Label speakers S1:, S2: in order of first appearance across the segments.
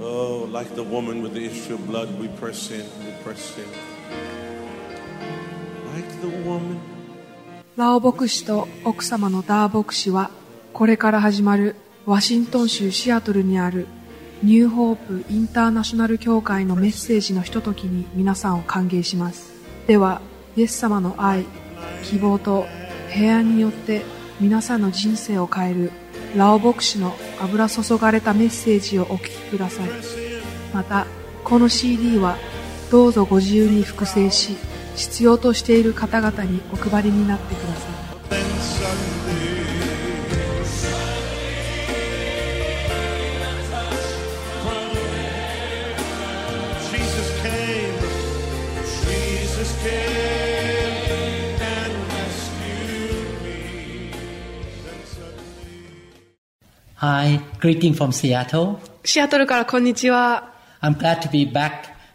S1: Oh, like the woman with the issue of blood, we press in, we press in. Like the woman.
S2: ラオ牧師と奥様のダー牧師はこれから始まるワシントン州シアトルにあるニューホープインターナショナル協会のメッセージのひとときに皆さんを歓迎しますではイエス様の愛希望と平安によって皆さんの人生を変えるラオ牧師の油注がれたメッセージをお聞きくださいまたこの CD はどうぞご自由に複製し必要としている方々にお配りになってください
S1: Then suddenly, from Jesus came, Jesus came and rescued me. Then suddenly.
S3: Hi, greeting from Seattle.
S2: シアトルからこんにちは
S3: I'm glad to be back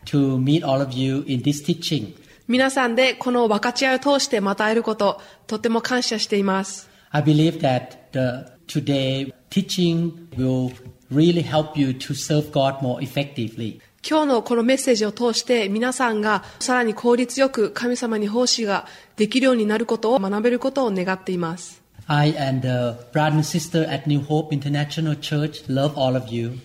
S3: to meet all of you in this teaching.
S2: 皆さんでこの分かち合いを通してまた会えることとても感謝しています
S3: I believe that the today teaching will really help you to serve God more effectively.
S2: 今日のこのメッセージを通して皆さんがさらに効率よく神様に奉仕ができるようになることを学べることを願っています
S3: I and the brother and sister at New Hope International Church love all of you.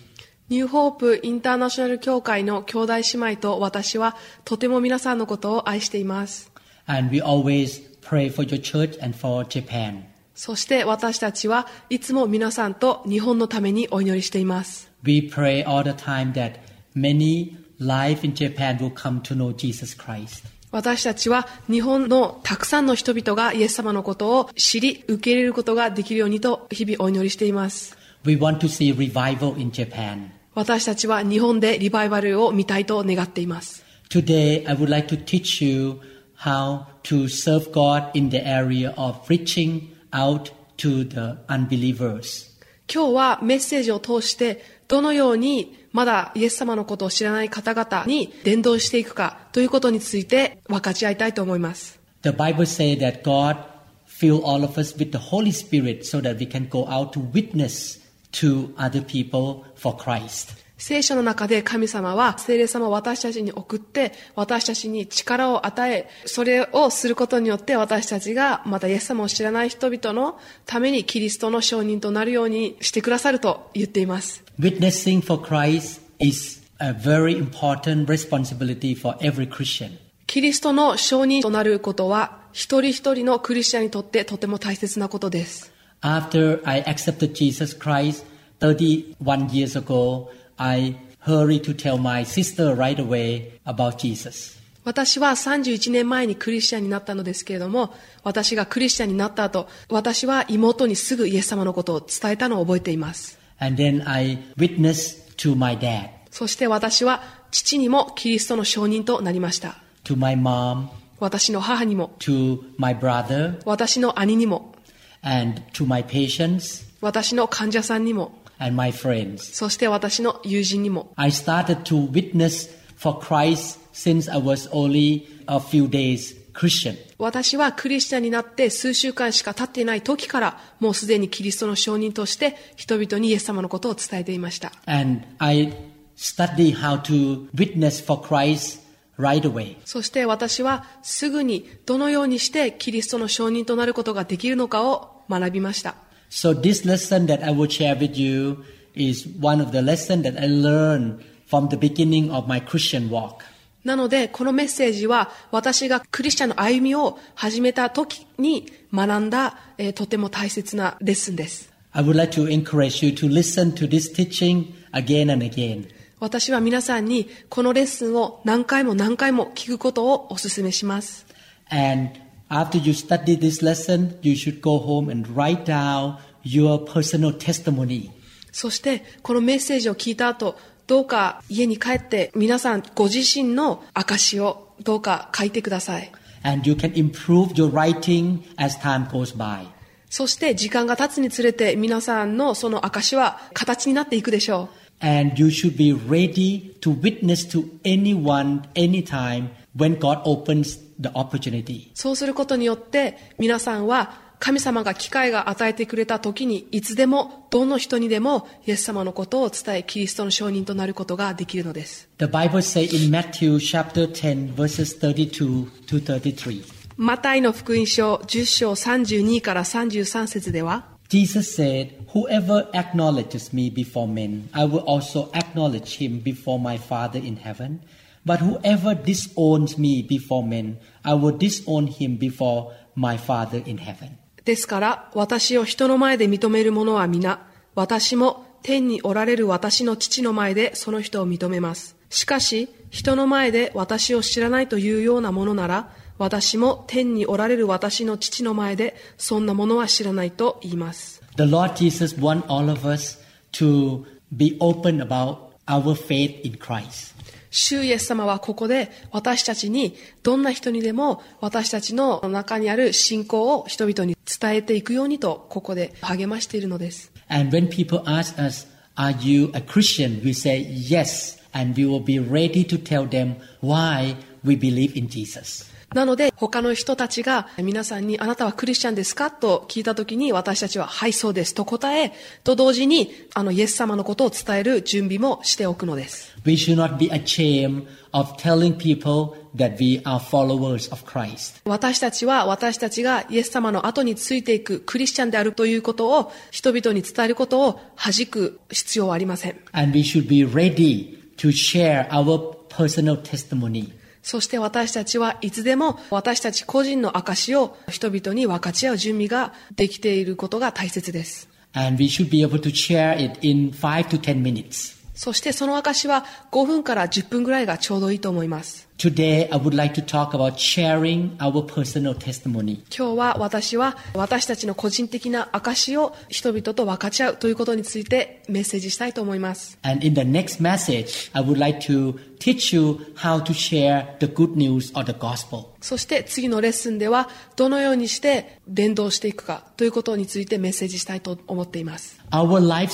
S2: ニューホープインターナショナル協会の兄弟姉妹と私はとても皆さんのことを愛しています
S3: And we always pray for your church and for Japan.
S2: そして私たちはいつも皆さんと日本のためにお祈りしています。
S3: We pray all the time that many life in Japan will come to know Jesus Christ.
S2: 私たちは日本のたくさんの人々がイエス様のことを知り、受け入れることができるようにと日々お祈りしています。
S3: We want to see revival in Japan.
S2: 私たちは日本でリバイバルを見たいと願っています。
S3: Today, I would like to teach you how to serve God in the area of reaching out to the unbelievers.
S2: 今日はメッセージを通してどのようにまだイエス様のことを知らない方々に伝道していくかということについて分かち合いたいと思います。
S3: The Bible says that God fill all of us with the Holy Spirit so that we can go out to witness to other people for Christ.
S2: 聖書の中で神様は聖霊様を私たちに送って私たちに力を与えそれをすることによって私たちがまたイエス様を知らない人々のためにキリストの証人となるようにしてくださると言っています
S3: Witnessing for Christ is a very important responsibility for every Christian.
S2: キリストの証人となることは一人一人のクリスチャンにとってとても大切なことです
S3: After I accepted Jesus Christ 31 years ago, I hurried to tell my sister right away about Jesus.
S2: 私は31年前にクリスチャンになったのですけれども私がクリスチャンになった後私は妹にすぐイエス様のことを伝えたのを覚えています
S3: And then I witnessed to my dad,
S2: そして私は父にもキリストの証人となりました。
S3: to my mom,
S2: 私の母にも、
S3: to my brother,
S2: 私の兄にも、
S3: and to my patients
S2: 私の患者さんにも、
S3: and my friends.
S2: そして私の友人にも。
S3: I started to witness for Christ since I was only a few days Christian.
S2: 私はクリスチャンになって数週間しか経っていない時から、もうすでにキリストの証人として人々にイエス様のことを伝えていました。
S3: And I study how to witness for Christ right away.
S2: そして私はすぐにどのようにしてキリストの証人となることができるのかを学びました。
S3: So this lesson that I will share with you is one of the lessons that I learned from the beginning of my Christian walk.
S2: なので、このメッセージは私がクリスチャンの歩みを始めた時に学んだ、えーとても大切なレッスンです。
S3: I would like to encourage you to listen to this teaching again and again.
S2: 私は皆さんにこのレッスンを何回も何回も聞くことをお勧めします。
S3: And after you study this lesson, you should go home and write down your personal testimony.
S2: そして、このメッセージを聞いた後、どうか家に帰って皆さんご自身の証をどうか書いてください。
S3: And you can improve your writing as time goes by.
S2: そして時間が経つにつれて皆さんのその証は形になっていくでしょう。
S3: And you should be ready to witness to anyone, anytime, when God opens the opportunity.
S2: そうすることによって皆さんは神様が機会が与えてくれた時に、いつでも、どの人にでも、イエス様のことを伝え、キリストの証人となることができるのです。
S3: The Bible says in Matthew chapter 10 verses 32 to 33.
S2: マタイの福音書10章32から33節では、
S3: Jesus said, Whoever acknowledges me before men, I will also acknowledge him before my Father in heaven. But whoever disowns me before men, I will disown him before my Father in heaven.
S2: ですから、私を人の前で認める者は皆、私も天におられる私の父の前でその人を認めます。しかし、人の前で私を知らないというようなものなら、私も天におられる私の父の前でそんなものは知らないと言います。
S3: The Lord Jesus wants all of us to be open about our faith in Christ.
S2: 主イエス様はここで私たちにどんな人にでも私たちの中にある信仰を人々に伝えていくようにとここで励ましているのです。
S3: And when people ask us, Are you a Christian? we say yes, and we will be ready to tell them why we believe in Jesus.
S2: なので、他の人たちが皆さんにあなたはクリスチャンですかと聞いたときに私たちははいそうですと答え、と同時にあのイエス様のことを伝える準備もしておくのです。
S3: We should not be ashamed of telling people that we are followers of Christ.
S2: 私たちは私たちがイエス様の後についていくクリスチャンであるということを人々に伝えることを弾く必要はありません。
S3: And we should be ready to share our personal testimony.
S2: そして私たちはいつでも私たち個人の証を人々に分かち合う準備ができていることが大切です。
S3: And we should be able to share it in five to ten minutes.
S2: そしてその証は5分から10分ぐらいがちょうどいいと思います。
S3: Today, I would like to talk about sharing our personal testimony.
S2: 今日は私は私たちの個人的な証を人々と分かち合うということについてメッセージしたいと思います。
S3: And in the next message, I would like to teach you how to share the good news or the gospel.
S2: そして次のレッスンではどのようにして連動していくかということについてメッセージしたいと思っています。
S3: Our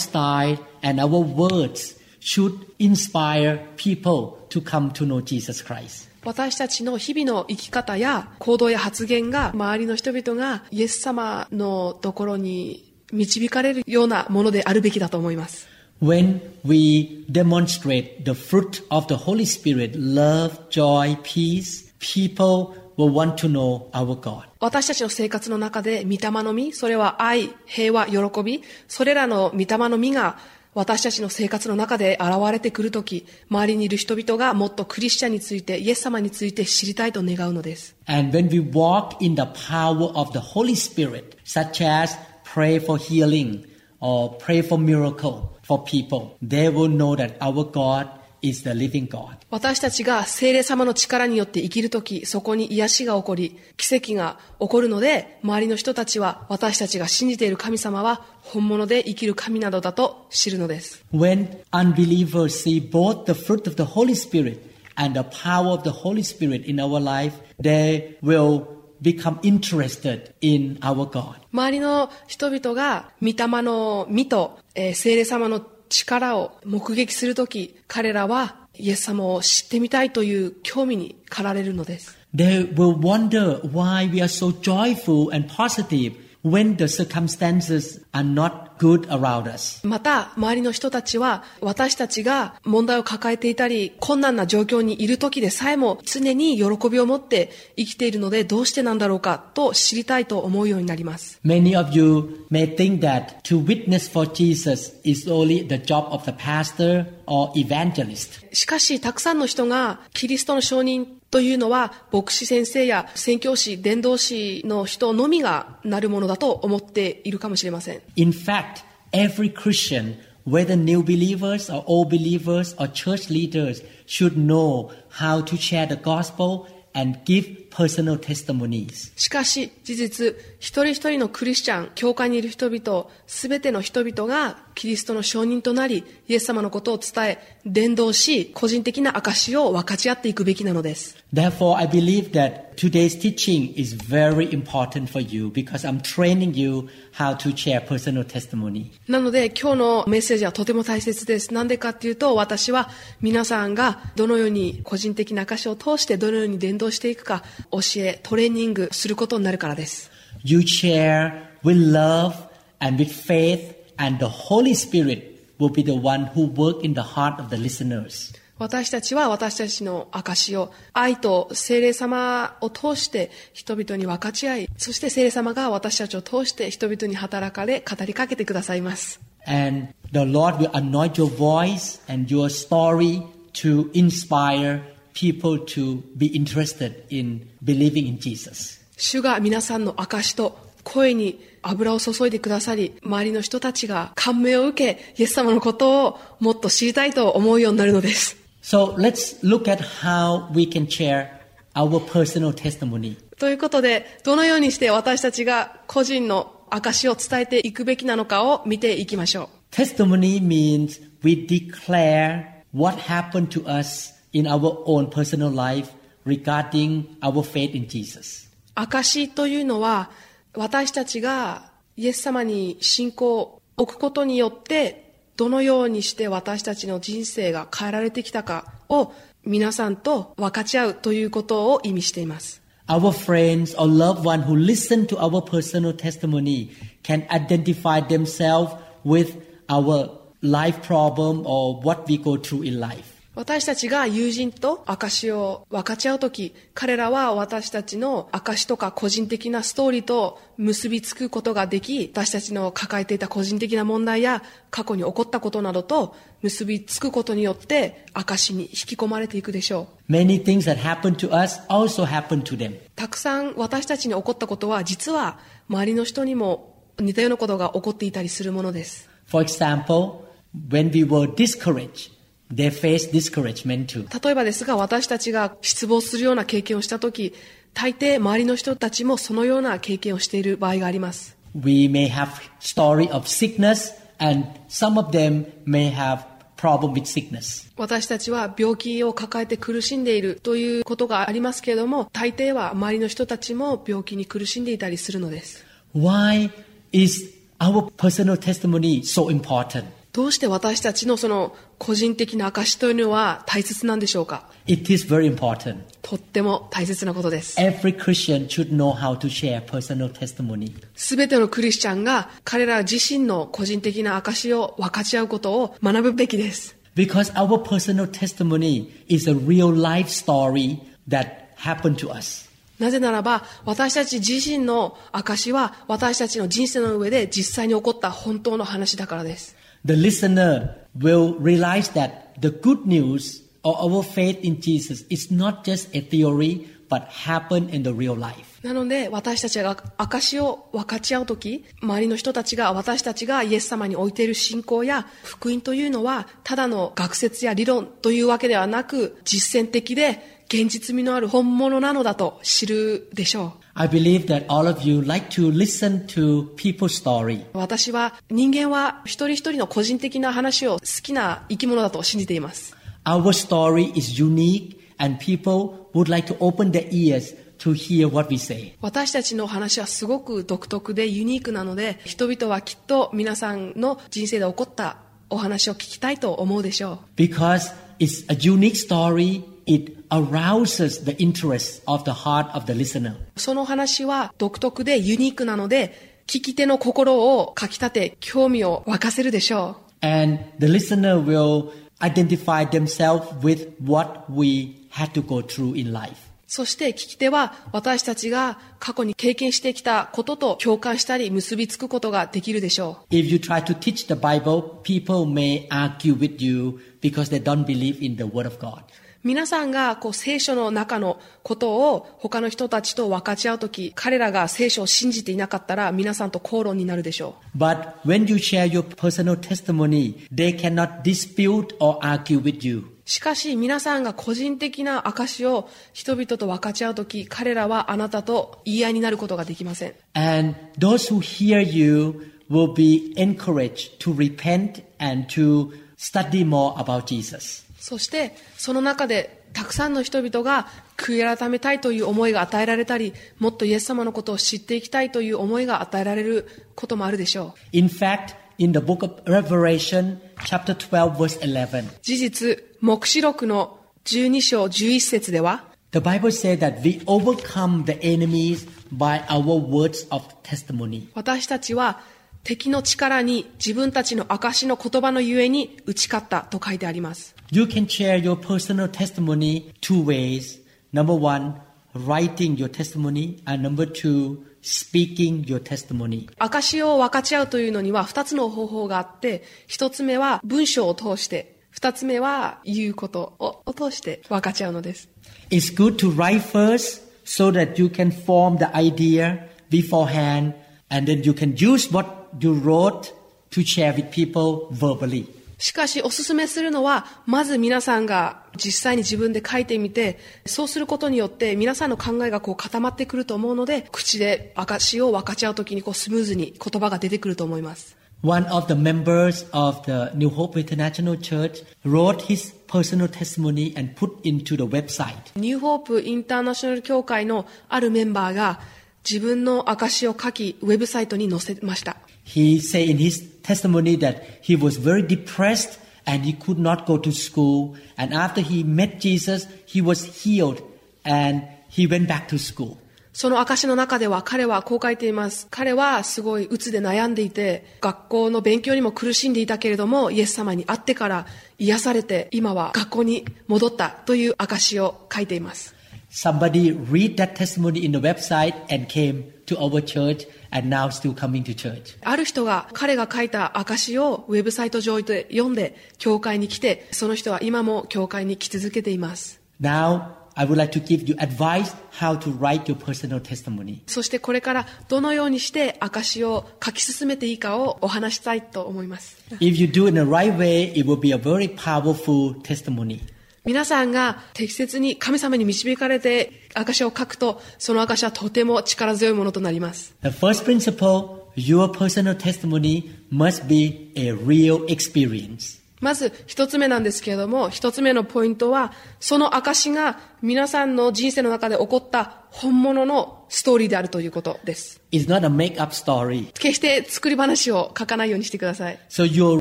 S3: lifestyle and our words should inspire people to come to know Jesus Christ.
S2: 私たちの日々の生き方や行動や発言が周りの人々がイエス様のところに導かれるようなものであるべきだと思います。
S3: When we demonstrate the fruit of the Holy Spirit, love, joy, peace, people will want to know our God.
S2: 私たちの生活の中で御霊の実、それは愛、平和、喜び、それらの御霊の実が私たちの生活の中で現れてくるとき、周りにいる人々がもっとクリスチャンについて、イエス様について知りたいと願うのです。
S3: And when we walk in the power of the Holy Spirit, such as pray for healing or pray for miracle for people, they will know that our God is the living God.
S2: 私たちが聖霊様の力によって生きるとき、そこに癒しが起こり、奇跡が起こるので、周りの人たちは私たちが信じている神様は本物で生きる神などだと知るのです。
S3: When unbelievers see both the fruit of the Holy Spirit and the power of the Holy Spirit in our life, they will become interested in our God.
S2: 周りの人々が御霊の御と、えー聖霊様の力を目撃するとき、彼らはイエス様を知ってみたいという興味に駆られるのです。
S3: They will wonder why we are so joyful and positive when the circumstances are not good around us.
S2: また、周りの人たちは、私たちが問題を抱えていたり、困難な状況にいる時でさえも、常に喜びを持って生きているので、どうしてなんだろうか、と知りたいと思うようになります。
S3: Many of you may think that to witness for Jesus is only the job of the pastor or evangelist.
S2: しかし、たくさんの人が、キリストの証人というのは、牧師先生や宣教師、伝道師の人のみがなるものだと思っているかもしれません。
S3: In fact, every Christian, whether new believers or old believers or church leaders, should know how to share the gospel and give personal testimonies.
S2: しかし、事実、一人一人のクリスチャン、教会にいる人々、すべての人々がキリストの証人となり、イエス様のことを伝え、伝道し、個人的な証を分かち合っていくべきなのです。
S3: Therefore, I believe that today's teaching is very important for you because I'm training you how to share personal testimony.
S2: なので今日のメッセージはとても大切です。なんでかっていうと私は皆さんがどのように個人的な証を通してどのように伝道していくか教え、トレーニングすることになるからです。
S3: You share with love and with faith, and the Holy Spirit will be the one who work in the heart of the listeners.
S4: 私たちは私たちの証を愛と聖霊様を通して人々に分かち合い、そして聖霊様が私たちを通して人々に働かれ語りかけてくださいます。
S3: And the Lord will anoint your voice and your story to inspire people to be interested in believing in Jesus.
S4: 主が皆さんの証と声に油を注いでくださり、周りの人たちが感銘を受け、イエス様のことをもっと知りたいと思うようになるのです。
S3: So let's look at how we can share our personal testimony.
S4: ということで、どのようにして私たちが個人の証を伝えていくべきなのかを見ていきましょう。
S3: Testimony means we declare what happened to us in our own personal life regarding our faith in Jesus.
S4: 証というのは私たちがイエス様に信仰を置くことによってどのようにして私たちの人生が変えられてきたかを皆さんと分かち合うということを意味しています。
S3: Our friends or loved one who listen to our personal testimony can identify themselves with our life problem or what we go through in life.
S4: 私たちが友人と証を分かち合うとき、彼らは私たちの証とか個人的なストーリーと結びつくことができ、私たちの抱えていた個人的な問題や過去に起こったことなどと結びつくことによって証に引き込まれていくでしょう。
S3: Many things that happen to us also happen to them.
S4: たくさん私たちに起こったことは実は周りの人にも似たようなことが起こっていたりするものです。
S3: For example, when we were discouraged, they faced discouragement too.
S4: 例えばですが私たちが失望するような経験をした時大抵周りの人たちもそのような経験をしている場合があります
S3: We may have story of sickness and some of them may have problem with sickness.
S4: 私たちは病気を抱えて苦しんでいるということがありますけれども大抵は周りの人たちも病気に苦しんでいたりするのです
S3: Why is our personal testimony so important?
S4: どうして私たちのその個人的な証というのは大切なんでしょうか
S3: It is very important.
S4: とっても大切なことです
S3: Every Christian should know how to share personal testimony.
S4: すべてのクリスチャンが彼ら自身の個人的な証を分かち合うことを学ぶべきです
S3: Because our personal testimony is a real life story that happened to us.
S4: なぜならば、私たち自身の証は、私たちの人生の上で実際に起こった本当の話だからです。
S3: The listener will realize that the good news or our faith in Jesus is not just a theory but happened in the real life.
S4: なので、私たちが証を分かち合うとき、周りの人たちが、私たちがイエス様に置いている信仰や福音というのは、ただの学説や理論というわけではなく、実践的で、現実味のある本物なのだと知るでしょ
S3: I believe that all of you like to listen to people's story.
S4: う。私は人間は一人一人の個人的な話を好きな生き物だと信じています。
S3: Our story is unique and people would like to open their ears to hear what we say.
S4: 私たちの話はすごく独特でユニークなので人々はきっと皆さんの人生で起こったお話を聞きたいと思うでしょう
S3: Because it's a unique story, it arouses the interest of the heart of the listener.
S4: その話は独特でユニークなので聞き手の心をかきたて興味を沸かせるでしょ
S3: And the listener will identify themselves with what we had to go through in life.
S4: うそして聞き手は私たちが過去に経験してきたことと共感したり結びつくことができるでしょう
S3: If you try to teach the Bible, people may argue with you because they don't believe in the Word of God.
S4: 皆さんがこう聖書の中のことを他の人たちと分かち合うとき、彼らが聖書を信じていなかったら皆さんと口論になるでしょ
S3: But when you share your personal testimony, they cannot dispute or argue with you.
S4: う。しかし皆さんが個人的な証を人々と分かち合うとき、彼らはあなたと言い合いになることができません。
S3: And those who hear you will be encouraged to repent and to study more about Jesus.
S4: そしてその中でたくさんの人々が悔い改めたいという思いが与えられたり、もっとイエス様のことを知っていきたいという思いが与えられることもあるでしょう。
S3: In fact, in the book of Revelation, chapter 12, verse 11,
S4: 事実、黙示録の12章11節では、
S3: The Bible says that we overcome the enemies by our words of testimony.
S4: 私たちは敵の力に自分たちの証の言葉のゆえに打ち勝ったと書いてあります。
S3: You can share your personal testimony two ways. Number one, writing your testimony, and number two, speaking your testimony.
S4: 証を分かち合うというのには二つの方法があって、一つ目は文章を通して、二つ目は言うことをを通して分かち合うのです。
S3: It's good to write first so that you can form the idea beforehand, and then you can use what you wrote to share with people verbally.
S4: しかしおすすめするのは、まず皆さんが実際に自分で書いてみて、そうすることによって皆さんの考えがこう固まってくると思うので、口で証を分かち合うときにこうスムーズに言葉が出てくると思います。
S3: One of the members of the New Hope International Church wrote his personal testimony and put into the website.
S4: ニューホープインターナショナル協会のあるメンバーが自分の証を書き、ウェブサイトに載せました。
S3: He said in his testimony that he was very depressed and he could not go to school. And after he met Jesus, he was healed and he went back to school.
S4: その証の中では彼はこう書いています。彼はすごい鬱で悩んでいて、学校の勉強にも苦しんでいたけれども、イエス様に会ってから癒されて、今は学校に戻ったという証を書いています。
S3: Somebody read that testimony in the website and came to our church and now still coming to church.
S4: ある人が彼が書いた証をウェブサイト上で読んで、教会に来て、その人は今も教会に来続けています。
S3: Now, I would like to give you advice how to write your personal testimony.
S4: そしてこれからどのようにして証を書き進めていいかをお話したいと思います。
S3: If you do it in the right way, it will be a very powerful testimony.
S4: 皆さんが適切に神様に導かれて証を書くと、その証はとても力強いものとなります。
S3: The first principle, your personal testimony must be a real experience.
S4: まず一つ目なんですけれども、一つ目のポイントは、その証が皆さんの人生の中で起こった本物のストーリーであるということです。
S3: It's not a make-up story.
S4: 決して作り話を書かないようにしてください。
S3: So your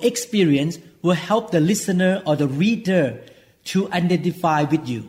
S3: experience will help the listener or the reader to identify with you.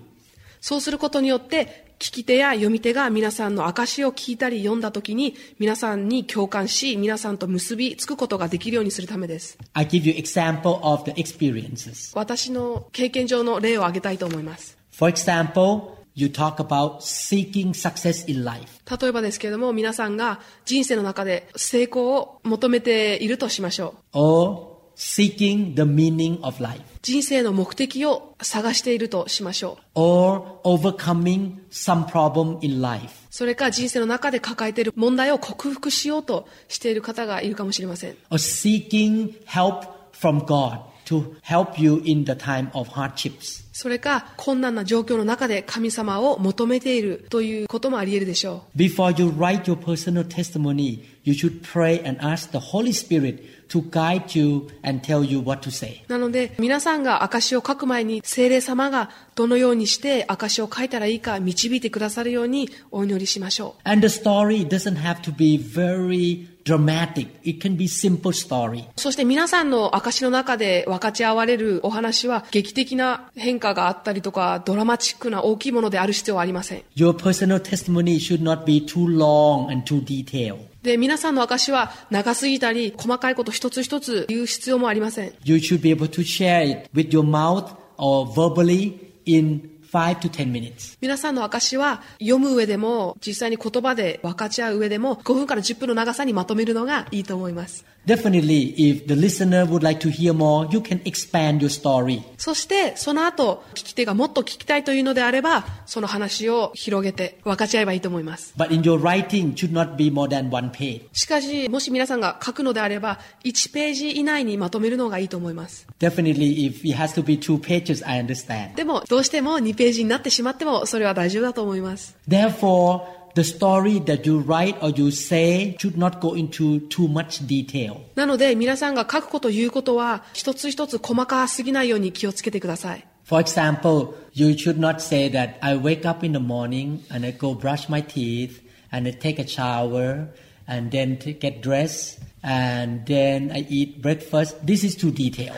S4: そうすることによって、聞き手や読み手が皆さんの証を聞いたり読んだ時に、皆さんに共感し、皆さんと結びつくことができるようにするためです。
S3: I give you example of the experiences.
S4: 私の経験上の例を挙げたいと思います。
S3: For example, you talk about seeking success in life.
S4: 例えばですけれども、皆さんが人生の中で成功を求めているとしましょう。
S3: or seeking the meaning of life,
S4: 人生の目的を探しているとしましょう。
S3: or overcoming some problem in life.
S4: それか人生の中で抱えている問題を克服しようとしている方がいるかもしれません。
S3: or seeking help from God to help you in the time of hardships.
S4: それか困難な状況の中で神様を求めているということもあり得るでしょう。
S3: Before you write your personal testimony, you should pray and ask the Holy Spirit to guide you and tell you what to say.
S4: なので皆さんが証を書く前に聖霊様がどのようにして証を書いたらいいか導いてくださるようにお祈りしましょう。
S3: And the story doesn't have to be very dramatic. It can be simple story.
S4: そして皆さんの証の中で分かち合われるお話は劇的な変化があったりとかドラマチックな大きいものである必要はありません。
S3: Your personal testimony should not be too long and too detailed.
S4: で、皆さんの証は長すぎたり細かいこと一つ一つ言う必要もありません。
S3: You should be able to share it with your mouth or verbally in 5 to 10 minutes.
S4: 皆さんの証は読む上でも実際に言葉で分かち合う上でも5分から10分の長さにまとめるのがいいと思います。
S3: Definitely, if the listener would like to hear more, you can expand your story.
S4: そしてその後聞き手がもっと聞きたいというのであればその話を広げて分かち合えばいいと思います。
S3: But in your writing, should not be more than one page.
S4: しかし、もし皆さんが書くのであれば、1ページ以内にまとめるのがいいと思います。
S3: Definitely, if it has to be two pages, I understand.
S4: でも、どうしても2ページになってしまっても、それは大丈夫だと思います。
S3: Therefore, the story that you write or you say should not go into too much detail.
S4: なので、皆さんが書くこと言うことは、一つ一つ細かすぎないように気をつけてください。
S3: For example, you should not say that I wake up in the morning and I go brush my teeth and I take a shower and then t- get dressed, and then I eat breakfast. This is too detailed.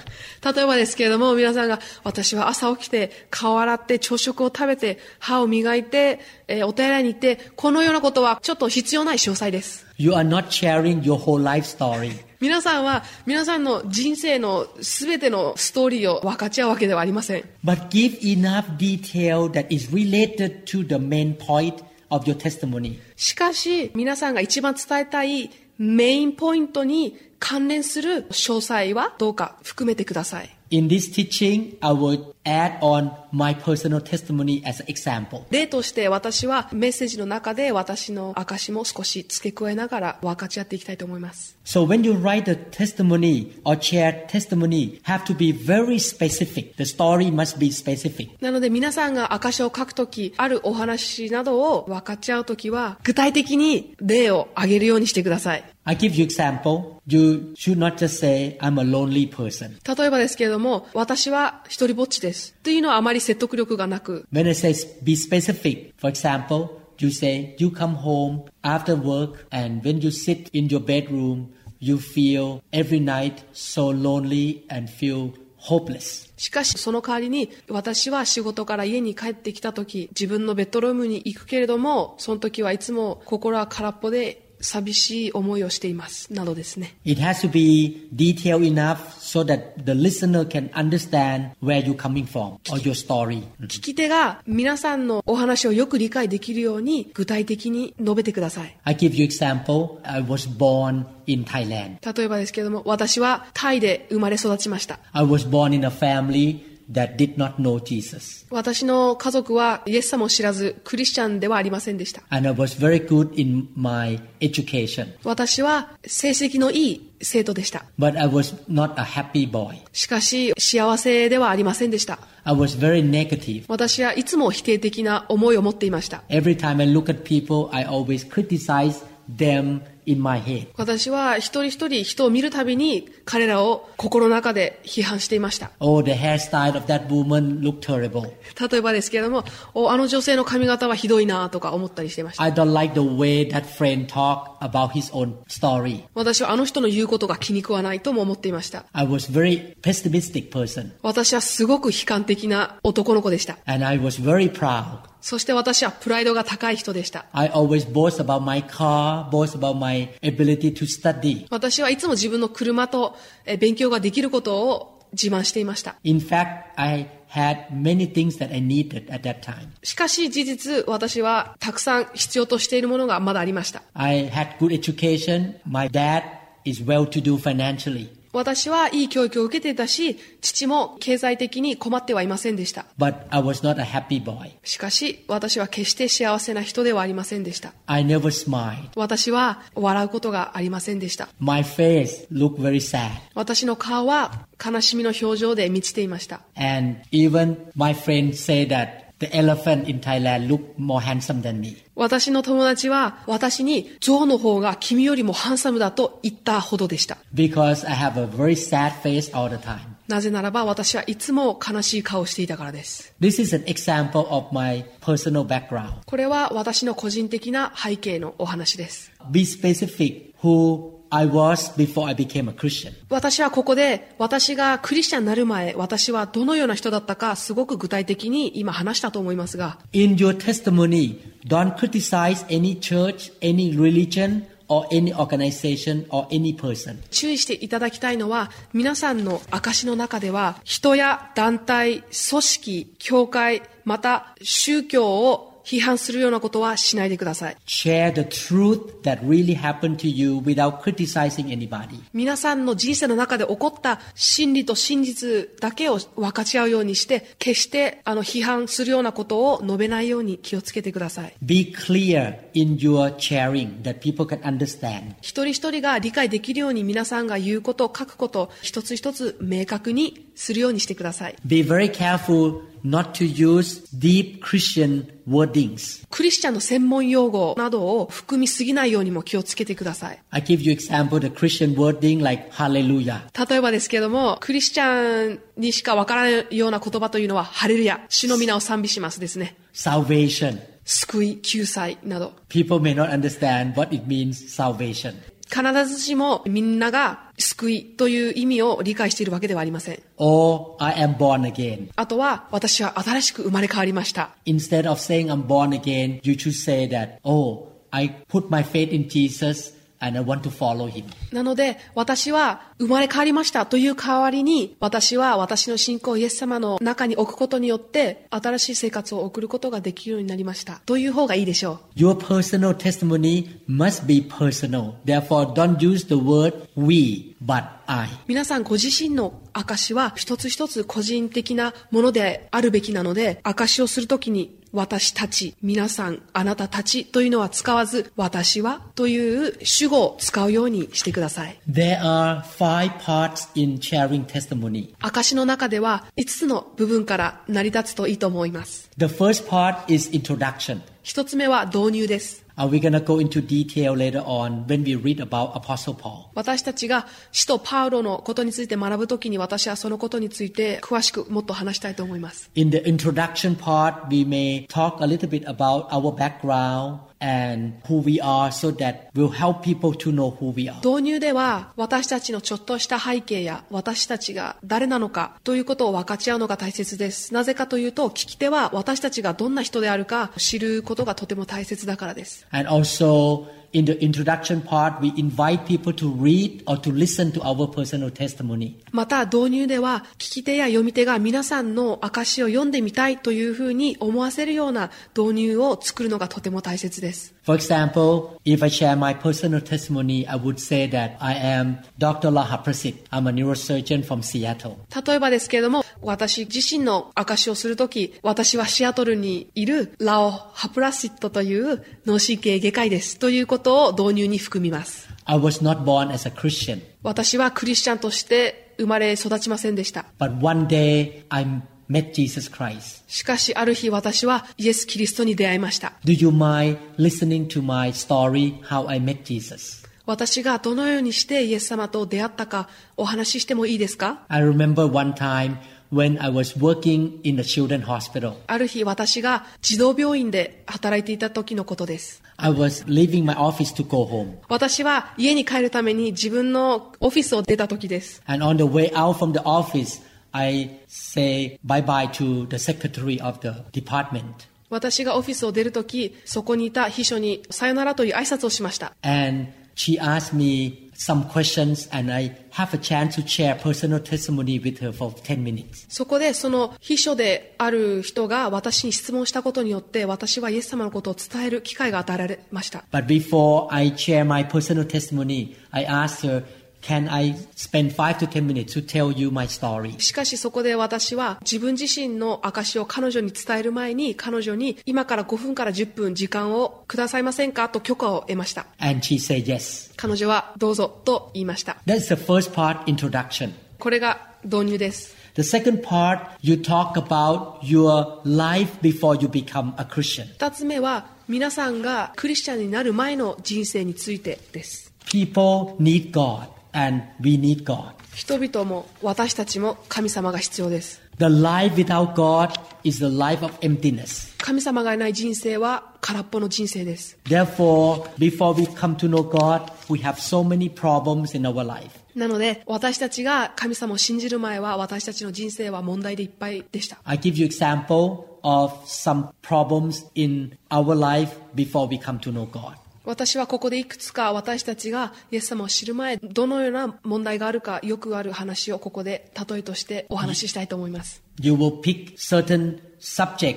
S4: 例えばですけれども、皆さんが、私は朝起きて、顔を洗って、朝食を食べて、歯を磨いて、えーお手洗いに行って、このようなことはちょっと必要ない詳細です。
S3: You are not sharing your whole life story.
S4: 皆さんは、皆さんの人生のすべてのストーリーを分かち合うわけではありません。
S3: But give enough detail that is related to the main point of your testimony.
S4: しかし、皆さんが一番伝えたいメインポイントに関連する詳細はどうか含めてください。
S3: In this teaching, I would add on my personal testimony as an example.
S4: 例として私はメッセージの中で私の証も少し付け加えながら分かち合っていきたいと思います。
S3: So when you write a testimony or share testimony, have to be very specific. The story must be specific.
S4: なので皆さんが証を書くとき、あるお話などを分かち合うときは、具体的に例を挙げるようにしてください。
S3: I give you example. You should not just say, I'm a lonely person.
S4: 例えばですけれども、私は一人ぼっちです。というのはあまり説得力がなく、
S3: When I say be specific, for example, you say you come home after work and when you sit in your bedroom, you feel every night so lonely and feel hopeless.
S4: しかしその代わりに私は仕事から家に帰ってきた時自分のベッドルームに行くけれどもその時はいつも心は空っぽで寂しい思いをしていますなどですね
S3: It has to be detailed enough so that the listener can understand where you're coming from or your story.
S4: 聞き手が皆さんのお話をよく理解できるように具体的に述べてください
S3: I give you example. I was born in Thailand.
S4: 例えばですけれども私はタイで生まれ育ちました
S3: I was born in a family that did not know Jesus.
S4: 私の家族はイエス様を知らずクリスチャンではありませんでした
S3: And I was very good in my education.
S4: 私は成績のいい生徒でした
S3: But I was not a happy boy.
S4: しかし幸せではありませんでした
S3: I was very negative.
S4: 私はいつも否定的な思いを持っていました。
S3: Every time I look at people, I always criticize them in my head.
S4: 私は一人一人人を見るたびに彼らを心の中で批判していました。
S3: Oh, the hairstyle of that woman looked terrible.
S4: 例えばですけれども、おあの女性の髪型はひどいなとか思ったりしていました。
S3: I don't like the way that friend talked about his own story.
S4: 私はあの人の言うことが気に食わないとも思っていました。
S3: I was very pessimistic person
S4: 私はすごく悲観的な男の子でした。
S3: and I was very proud.
S4: そして私はプライドが高い人でした。
S3: I always boast about my car, boast about my ability to study.
S4: 私はいつも自分の車とえ勉強ができることを自慢していました。
S3: In fact, I had many things that I needed at that time.
S4: しかし事実、私はたくさん必要としているものがまだありました。
S3: I had good education. My dad is well to do financially.
S4: 私はいい教育を受けていたし、父も経済的に困ってはいませんでした。
S3: But I was not a happy boy.
S4: しかし、私は決して幸せな人ではありませんでした。
S3: I never smiled.
S4: 私は笑うことがありませんでした。
S3: My face looked very sad.
S4: 私の顔は悲しみの表情で満ちていました。
S3: And even my friends say that the elephant in Thailand looked more handsome than me.
S4: 私の友達は私に象の方が君よりもハンサムだと言ったほどでした。
S3: Because I have a very sad face all the time.
S4: なぜならば私はいつも悲しい顔をしていたからです。
S3: This is an example of my personal background.
S4: これは私の個人的な背景のお話です。
S3: Be specific who I was before I became a Christian.
S4: 私はここで私がクリスチャンになる前私はどのような人だったかすごく具体的に今話したと思いますが
S3: In your testimony, don't criticize any church, any religion, or any organization, or any person.
S4: 注意していただきたいのは皆さんの証の中では人や団体組織教会また宗教を批判するようなことはしないでください
S3: Share the truth that really happened to you without criticizing anybody.
S4: 皆さんの人生の中で起こった真理と真実だけを分かち合うようにして決してあの批判するようなことを述べないように気をつけてください
S3: Be clear in your sharing that people can understand.
S4: 一人一人が理解できるように皆さんが言うこと書くこと一つ一つ明確にするようにしてください
S3: Be very careful not to use deep Christian wordings.
S4: クリスチャンの専門用語などを含みすぎないようにも気をつけてください
S3: I give you example the Christian wording like hallelujah.
S4: 例えばですけどもクリスチャンにしかわからないような言葉というのはハレルヤ主の皆を賛美しますですね
S3: salvation,
S4: 救い、救済など、
S3: People may not understand what it means salvation.
S4: 必ずしもみんなが救いという意味を理解しているわけではありません。
S3: Or Oh, I am born again.
S4: あとは、私は新しく生まれ変わりました。
S3: Instead of saying I'm born again, you should say that, oh, I put my faith in Jesus and I want to follow him.
S4: なので、私は生まれ変わりましたという代わりに、私は私の信仰をイエス様の中に置くことによって、新しい生活を送ることができるようになりました。という方がいいでしょう。
S3: Your personal testimony must be personal. Therefore, don't use the word we, but I.
S4: 皆さんご自身の証は一つ一つ個人的なものであるべきなので、証をするときに私たち、皆さん、あなたたちというのは使わず、私はという主語を使うようにしてください。
S3: There are five parts in sharing testimony.
S4: 証の中では5つの部分から成り立つといいと思います。
S3: The first part is introduction.
S4: 一つ目は導入です。
S3: Are we going to go into detail later on when we read about Apostle Paul?
S4: 私たちが使徒パウロのことについて学ぶときに私はそのことについて詳しくもっと話したいと思います。
S3: In the introduction part, we may talk a little bit about our background and who we are so that we'll help people to know who we are.
S4: 導入では私たちのちょっとした背景や私たちが誰なのかということを分かち合うのが大切です。なぜかというと聞き手は私たちがどんな人であるか知ることがとても大切だからです。
S3: And also, in the introduction part, we invite people to read or to listen to our personal testimony.
S4: また導入では聞き手や読み手が皆さんの証を読んでみたいというふうに思わせるような導入を作るのがとても大切です。
S3: For example, if I share my personal testimony, I would say that I am Dr. Laha Prasit. I'm a neurosurgeon from Seattle.
S4: 例えばですけれども、私自身の証しをするとき、私はシアトルにいるラオ・ハプラシットという脳神経外科医ですということを導入に含みます。
S3: I was not born as a Christian,
S4: 私はクリスチャンとして生まれ育ちませんでした。
S3: but one day I met Jesus Christ.
S4: しかしある日私はイエス・キリストに出会いました。
S3: Do you mind listening to my story, how I met Jesus?
S4: 私がどのようにしてイエス様と出会ったかお話ししてもいいですか
S3: I remember one time when I was working in the children's hospital.
S4: ある日私が児童病院で働いていた時のことです。
S3: I was leaving my office to go home.
S4: 私は家に帰るために自分のオフィスを出た時です。
S3: And on the way out from the office, I say bye bye to the secretary of the department.
S4: 私がオフィスを出る時、そこにいた秘書にさよならという挨拶をしました。
S3: And she asked me some questions, and I have a chance to share personal testimony with her for 10 minutes.
S4: そこでその秘書である人が私に質問したことによって私はイエス様のことを伝える機会が与えられました。
S3: But before I share my personal testimony, I asked her, Can I spend 5 to 10 minutes to tell you my story?
S4: しかしそこで私は自分自身の証を彼女に伝える前に彼女に今から5分から10分時間をくださいませんかと許可を得ました。
S3: And she said, Yes.
S4: 彼女はどうぞと言いました。
S3: That's the first part, introduction.
S4: これが導入です。
S3: The second part, you talk about your life before you become a Christian.
S4: 二つ目は皆さんがクリスチャンになる前の人生についてです。
S3: People need God, and we need God.
S4: 人々も私たちも神様が必要です。
S3: The life without God is the life of emptiness.
S4: 神様がいない人生は空っぽの人生です。
S3: Therefore, before we come to know God, we have so many problems in our life.
S4: なので私たちが神様を信じる前は私たちの人生は問題でいっぱいでした。
S3: I give you example of some problems in our life before we come to know God.
S4: 私はここでいくつか私たちがイエス様を知る前どのような問題があるかよくある話をここで例えとしてお話ししたいと思います。
S3: You will pick certain subject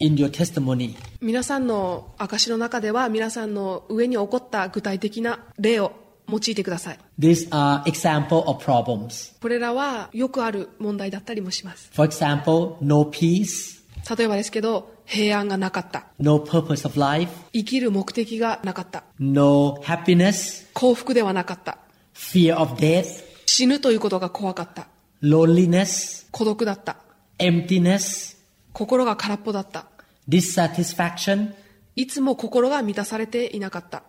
S3: in your testimony.
S4: 皆さんの証の中では皆さんの上に起こった具体的な例を用いてください。
S3: These are example of problems.
S4: これらはよくある問題だったりもします。
S3: For example, no peace,
S4: 例えばですけど、平安がなかった。
S3: no purpose of life,
S4: 生きる目的がなかった。
S3: no happiness,
S4: 幸福ではなかった。
S3: fear of death,
S4: 死ぬということが怖かった。
S3: loneliness,
S4: 孤独だった。
S3: emptiness,
S4: 心が空っぽだった。
S3: dissatisfaction,
S4: いつも心が満たされていなかった。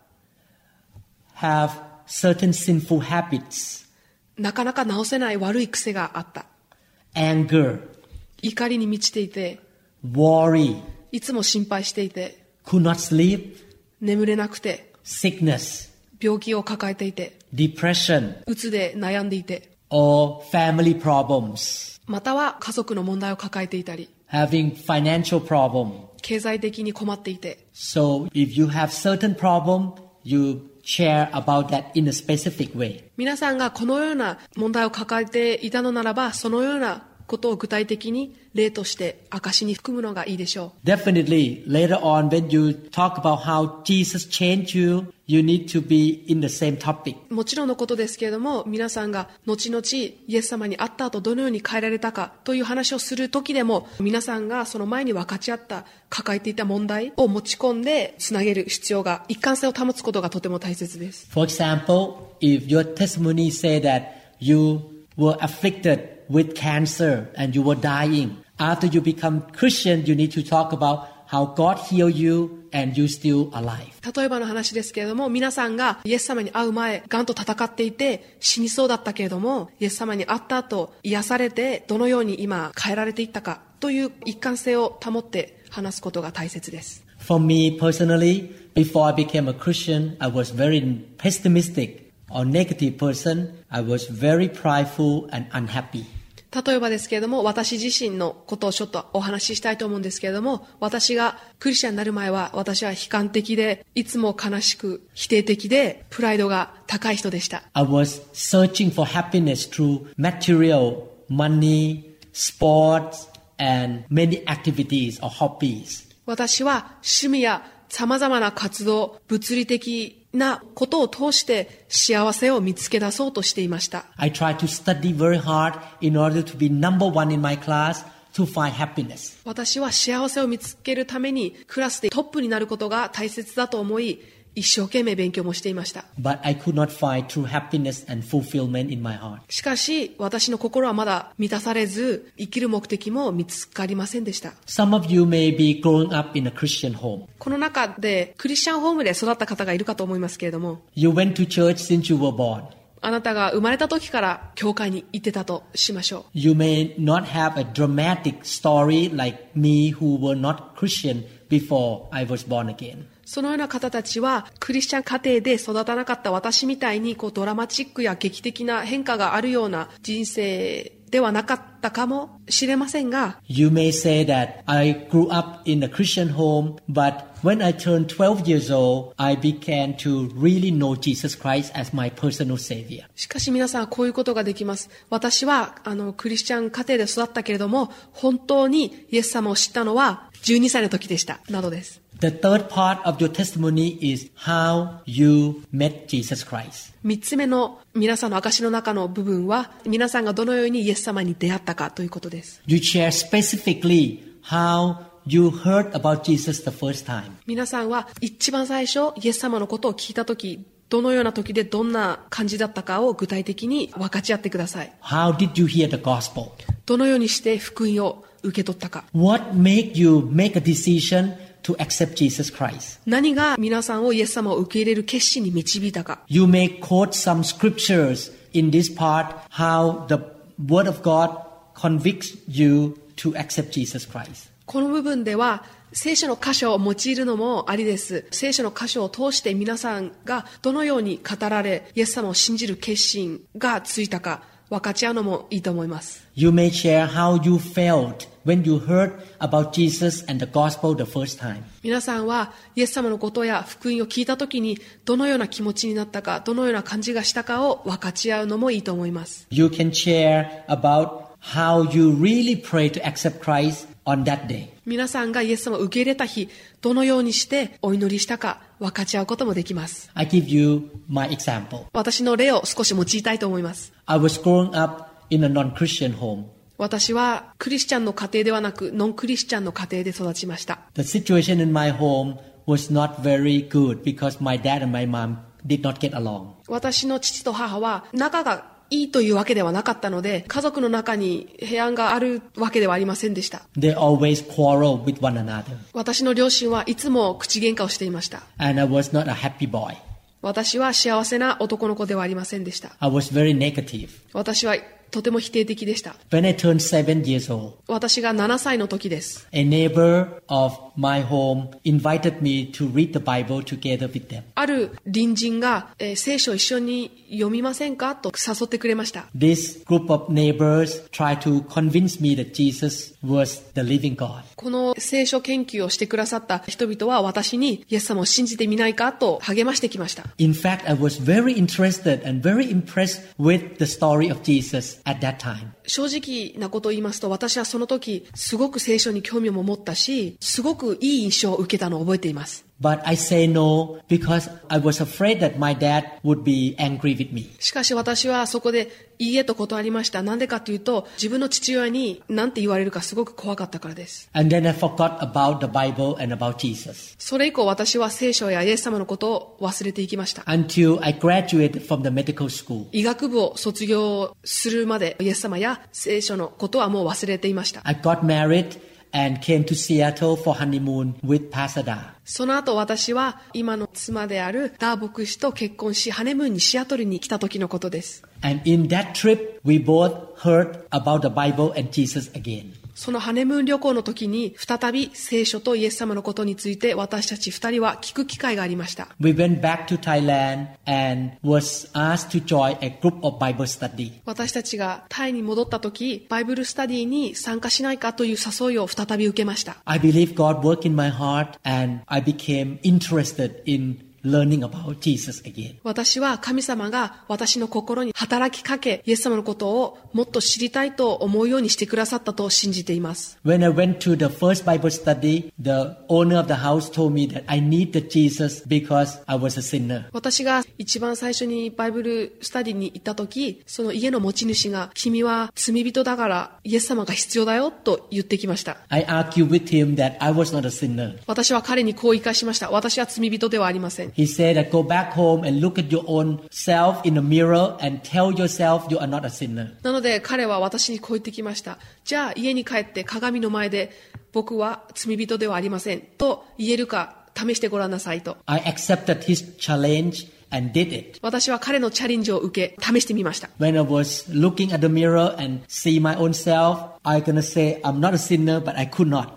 S3: have certain sinful habits,
S4: なかなか治せない悪い癖があった。
S3: anger,
S4: 怒りに満ちていて、
S3: worry,
S4: いつも心配していて、
S3: could not sleep,
S4: 眠れなくて、
S3: sickness,
S4: 病気を抱えていて、
S3: depression,
S4: うつで悩んでいて、
S3: or family problems,
S4: または家族の問題を抱えていたり、
S3: having financial problem.
S4: 経済的に困っていて、
S3: So if you have certain problem, you share about that in a specific way.
S4: 皆さんがこのような問題を抱えていたのならば、そのようなことを具体的に例として証に含むのがいいでしょ
S3: Definitely, later on when you talk about how Jesus changed you, you need to be in the same topic.
S4: う。もちろんのことですけれども、皆さんが後々イエス様に会った後どのように変えられたかという話をする時でも、皆さんがその前に分かち合った、抱えていた問題を持ち込んでつなげる必要が、一貫性を保つことがとても大切です。
S3: For example, if your testimony say that you were afflicted with cancer and you were dying, after you become Christian, you need to talk about how God healed you and you still alive.
S4: 例えばの話ですけれども、皆さんがイエス様に会う前、癌と戦っていて死にそうだったけれども、イエス様に会った後、癒されて、どのように今変えられていったかという一貫性を保って話すことが大切です。
S3: For me personally, before I became a Christian, I was very pessimistic or negative person. I was very prideful and unhappy.
S4: 例えばですけれども、私自身のことをちょっとお話ししたいと思うんですけれども、私がクリスチャンになる前は、私は悲観的で、いつも悲しく、否定的で、プライドが高い人でした。
S3: I was searching for happiness through material, money, sports, and many activities or hobbies.
S4: 私は趣味や様々な活動、物理的なことを通して幸せを見つけ出そうとしていました。
S3: I tried to study very hard in order to be number one in my class to find happiness.
S4: 私は幸せを見つけるためにクラスでトップになることが大切だと思い、一生懸命勉強もしていました。
S3: But I could not find true happiness and fulfillment in my heart.
S4: しかし、私の心はまだ満たされず、生きる目的も見つかりませんでした。
S3: Some of you may be growing up in a Christian home.
S4: この中で、クリスチャンホームで育った方がいるかと思いますけれども、
S3: You went to church since you were born.
S4: あなたが生まれた時から教会に行ってたとしましょう。
S3: You may not have a dramatic story like me who were not Christian before I was born again.
S4: そのような方たちは、クリスチャン家庭で育たなかった私みたいに、こう、ドラマチックや劇的な変化があるような人生ではなかったかもしれませんが、
S3: You may say that I grew up in a Christian home, but when I turned 12 years old, I began to really know Jesus Christ as my personal savior.
S4: しかし皆さんはこういうことができます。私は、あの、クリスチャン家庭で育ったけれども、本当にイエス様を知ったのは、12歳の時でした。などです。
S3: The third part of your testimony is how you met Jesus Christ.
S4: 三つ目の皆さんの証の中の部分は、皆さんがどのようにイエス様に出会ったかということです。
S3: You share specifically how you heard about Jesus the first time.
S4: 皆さんは一番最初イエス様のことを聞いた時どのような時でどんな感じだったかを具体的に分かち合ってください
S3: How did you hear the gospel?
S4: どのようにして福音を受け取ったか
S3: What made you make a decision to accept Jesus Christ?
S4: 何が皆さんをイエス様を受け入れる決心に導いたか
S3: You may quote some scriptures in this part how the word of God convicts you to accept Jesus Christ.
S4: この部分では聖書の箇所を用いるのもありです聖書の箇所を通して皆さんがどのように語られイエス様を信じる決心がついたか分かち合うのもいいと思います
S3: You may share how you felt when you heard about Jesus and the gospel the first time.
S4: 皆さんはイエス様のことや福音を聞いた時にどのような気持ちになったかどのような感じがしたかを分かち合うのもいいと思います
S3: You can share about how you really prayed to accept Christ on that day.
S4: 皆さんがイエス様を受け入れた日どのようにしてお祈りしたか分かち合うこともできます
S3: I give you my example.
S4: 私の例を少し用いたいと思います
S3: I was growing up in a non-Christian home.
S4: 私はクリスチャンの家庭ではなくノンクリスチャンの家庭で育ちました
S3: The situation in my home was not very good because my dad and my mom did not get along.
S4: 私の父と母は仲がいいというわけではなかったので家族の中に平安があるわけではありませんでした
S3: They always quarreled with one another,
S4: 私の両親はいつも口喧嘩をしていました。
S3: and I was not a happy boy.
S4: 私は幸せな男の子ではありませんでした。
S3: I was very negative.
S4: 私はとても否定的でした。
S3: When I turned seven years old,
S4: 私が7歳の時です。
S3: a neighbor of my home invited me to read the Bible together with them.
S4: ある隣人が、えー聖書を一緒に読みませんかと誘ってくれました。
S3: This group of neighbors tried to convince me that Jesus was the living God.
S4: この聖書研究をしてくださった人々は私にイエス様を信じてみないかと励ましてきました。
S3: In fact, I was very interested and very impressed with the story of Jesus at that time.
S4: 正直なことを言いますと私はその時すごく聖書に興味も持ったし、すごくいい印象を受けたのを覚えています。
S3: But I say no because I was afraid that my dad would be angry with me.
S4: しかし私はそこでいいえと断りました。なんでかというと自分の父親に何て言われるかすごく怖かったからです。
S3: And then I forgot about the Bible and about Jesus
S4: それ以降私は聖書やイエス様のことを忘れていきました。
S3: until I graduated from the medical school.
S4: 医学部を卒業するまでイエス様や聖書のことはもう忘れていました。
S3: I got married and came to Seattle for honeymoon with Pasada.
S4: その後私は今の妻であるダー牧師と結婚し、ハネムーンにシアトルに来た時のことです。
S3: And in that trip, we both heard about the Bible and Jesus again.
S4: そのハネムーン旅行の時に再び聖書とイエス様のことについて私たち二人は聞く機会がありました。
S3: We went back to Thailand and was asked to join a group of Bible study.
S4: 私たちがタイに戻った時、バイブルスタディに参加しないかという誘いを再び受けました。
S3: I believe God worked in my heart and I became interested in learning about Jesus again.
S4: 私は神様が私の心に働きかけ、イエス様のことをもっと知りたいと思うようにしてくださったと信じています。
S3: When I went to the first Bible study, the owner of the house told me that I needed Jesus because I was a sinner.
S4: 私が一番最初にバイブルスタディに行った時、その家の持ち主が、君は罪人だからイエス様が必要だよと言ってきました。
S3: I argued with him that I was not a sinner.
S4: 私は彼にこう言い返しました。私は罪人ではありません。
S3: He said that go back home and look at your own self in the mirror and tell yourself you are not a sinner.
S4: なので彼は私にこう言ってきました。じゃあ家に帰って鏡の前で僕は罪人ではありませんと言えるか試してごらんなさいと。
S3: I accepted his challenge and did it.
S4: 私は彼のチャレンジを受け試してみました。
S3: When I was looking at the mirror and see my own self, I gonna say I'm not a sinner, but I could not.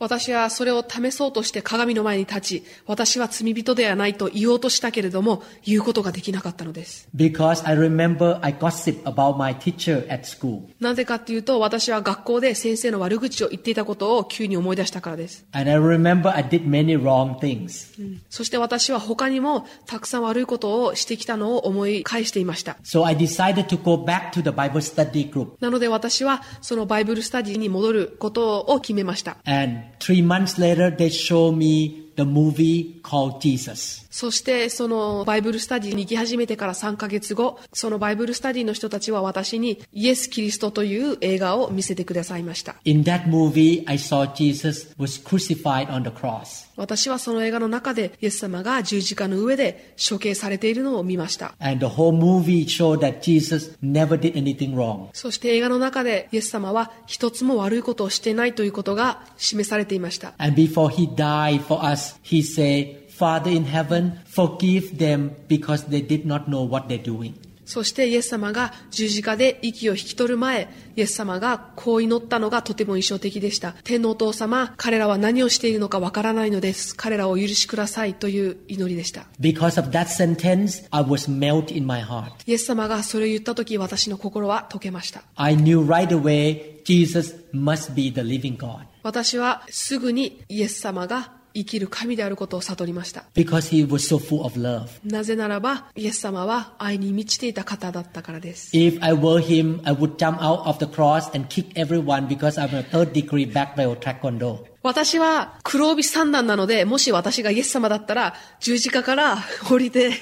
S4: 私はそれを試そうとして鏡の前に立ち、私は罪人ではないと言おうとしたけれども、言うことができなかったのです。
S3: Because I remember I gossiped about my teacher at school.
S4: なぜかっていうと、私は学校で先生の悪口を言っていたことを急に思い出したからです。
S3: And I remember I did many wrong things.
S4: そして私は他にもたくさん悪いことをしてきたのを思い返していました。
S3: So I decided to go back to the Bible study group.
S4: なので私はそのバイブルスタディに戻ることを決めました。
S3: And three months later, they showed me the movie called Jesus.
S4: そしてそのバイブルスタディに行き始めてから3ヶ月後、そのバイブルスタディの人たちは私にイエス・キリストという映画を見せてくださいました。
S3: In that movie, I saw Jesus was crucified on the cross.
S4: 私はその映画の中でイエス様が十字架の上で処刑されているのを見ました。
S3: And the whole movie showed that Jesus never did anything wrong.
S4: そして映画の中でイエス様は一つも悪いことをしていないということが示されていました。
S3: And before he died for us, he said, Father in heaven, forgive them because they did not know what they're doing.
S4: そしてイエス様が十字架で息を引き取る前、イエス様がこう祈ったのがとても印象的でした。天のお父様、彼らは何をしているのかわからないのです。彼らをお許しくださいという祈りでした。
S3: Because of that sentence, I was melted in my heart.
S4: イエス様がそれを言った時、私の心は溶けました。
S3: I knew right away Jesus must be the living God
S4: 私はすぐにイエス様が生きる神であることを悟りました。
S3: because he was so full of love.
S4: なぜならば、イエス様は愛に満ちていた方だったからです。
S3: If I were him, I would jump out of the cross and kick everyone because I'm a third degree back by taekwondo.
S4: 私は黒帯三段なので、もし私がイエス様だったら、十字架から降りて、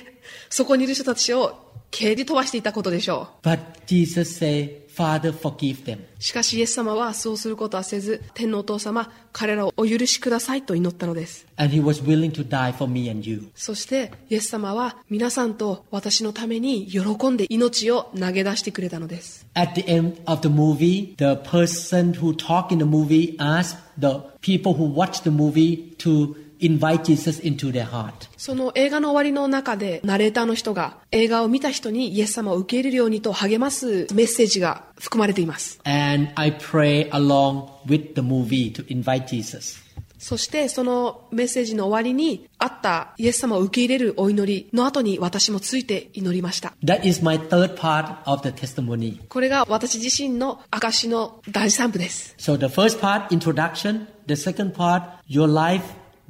S4: そこにいる人たちを蹴り飛ばしていたことでしょ
S3: But Jesus said, Father, forgive them.
S4: う。しかしイエス様はそうすることはせず、天のお父様、彼らをお許しくださいと祈ったのです。
S3: And he was willing to die for me and you.
S4: そして、イエス様は皆さんと私のために喜んで命を投げ出してくれたのです。
S3: At the end of the movie, the person who talked in the movie asked the people who watched the movie to invite Jesus into their heart.
S4: その映画の終わりの中でナレーターの人が映画を見た人にイエス様を受け入れるようにと励ますメッセージが含まれています
S3: And I pray along with the movie to invite Jesus.
S4: そしてそのメッセージの終わりにあったイエス様を受け入れるお祈りの後に私もついて祈りました
S3: That is my third part of the testimony.
S4: これが私自身の証の第三部です
S3: So the first part, introduction. The second part, your life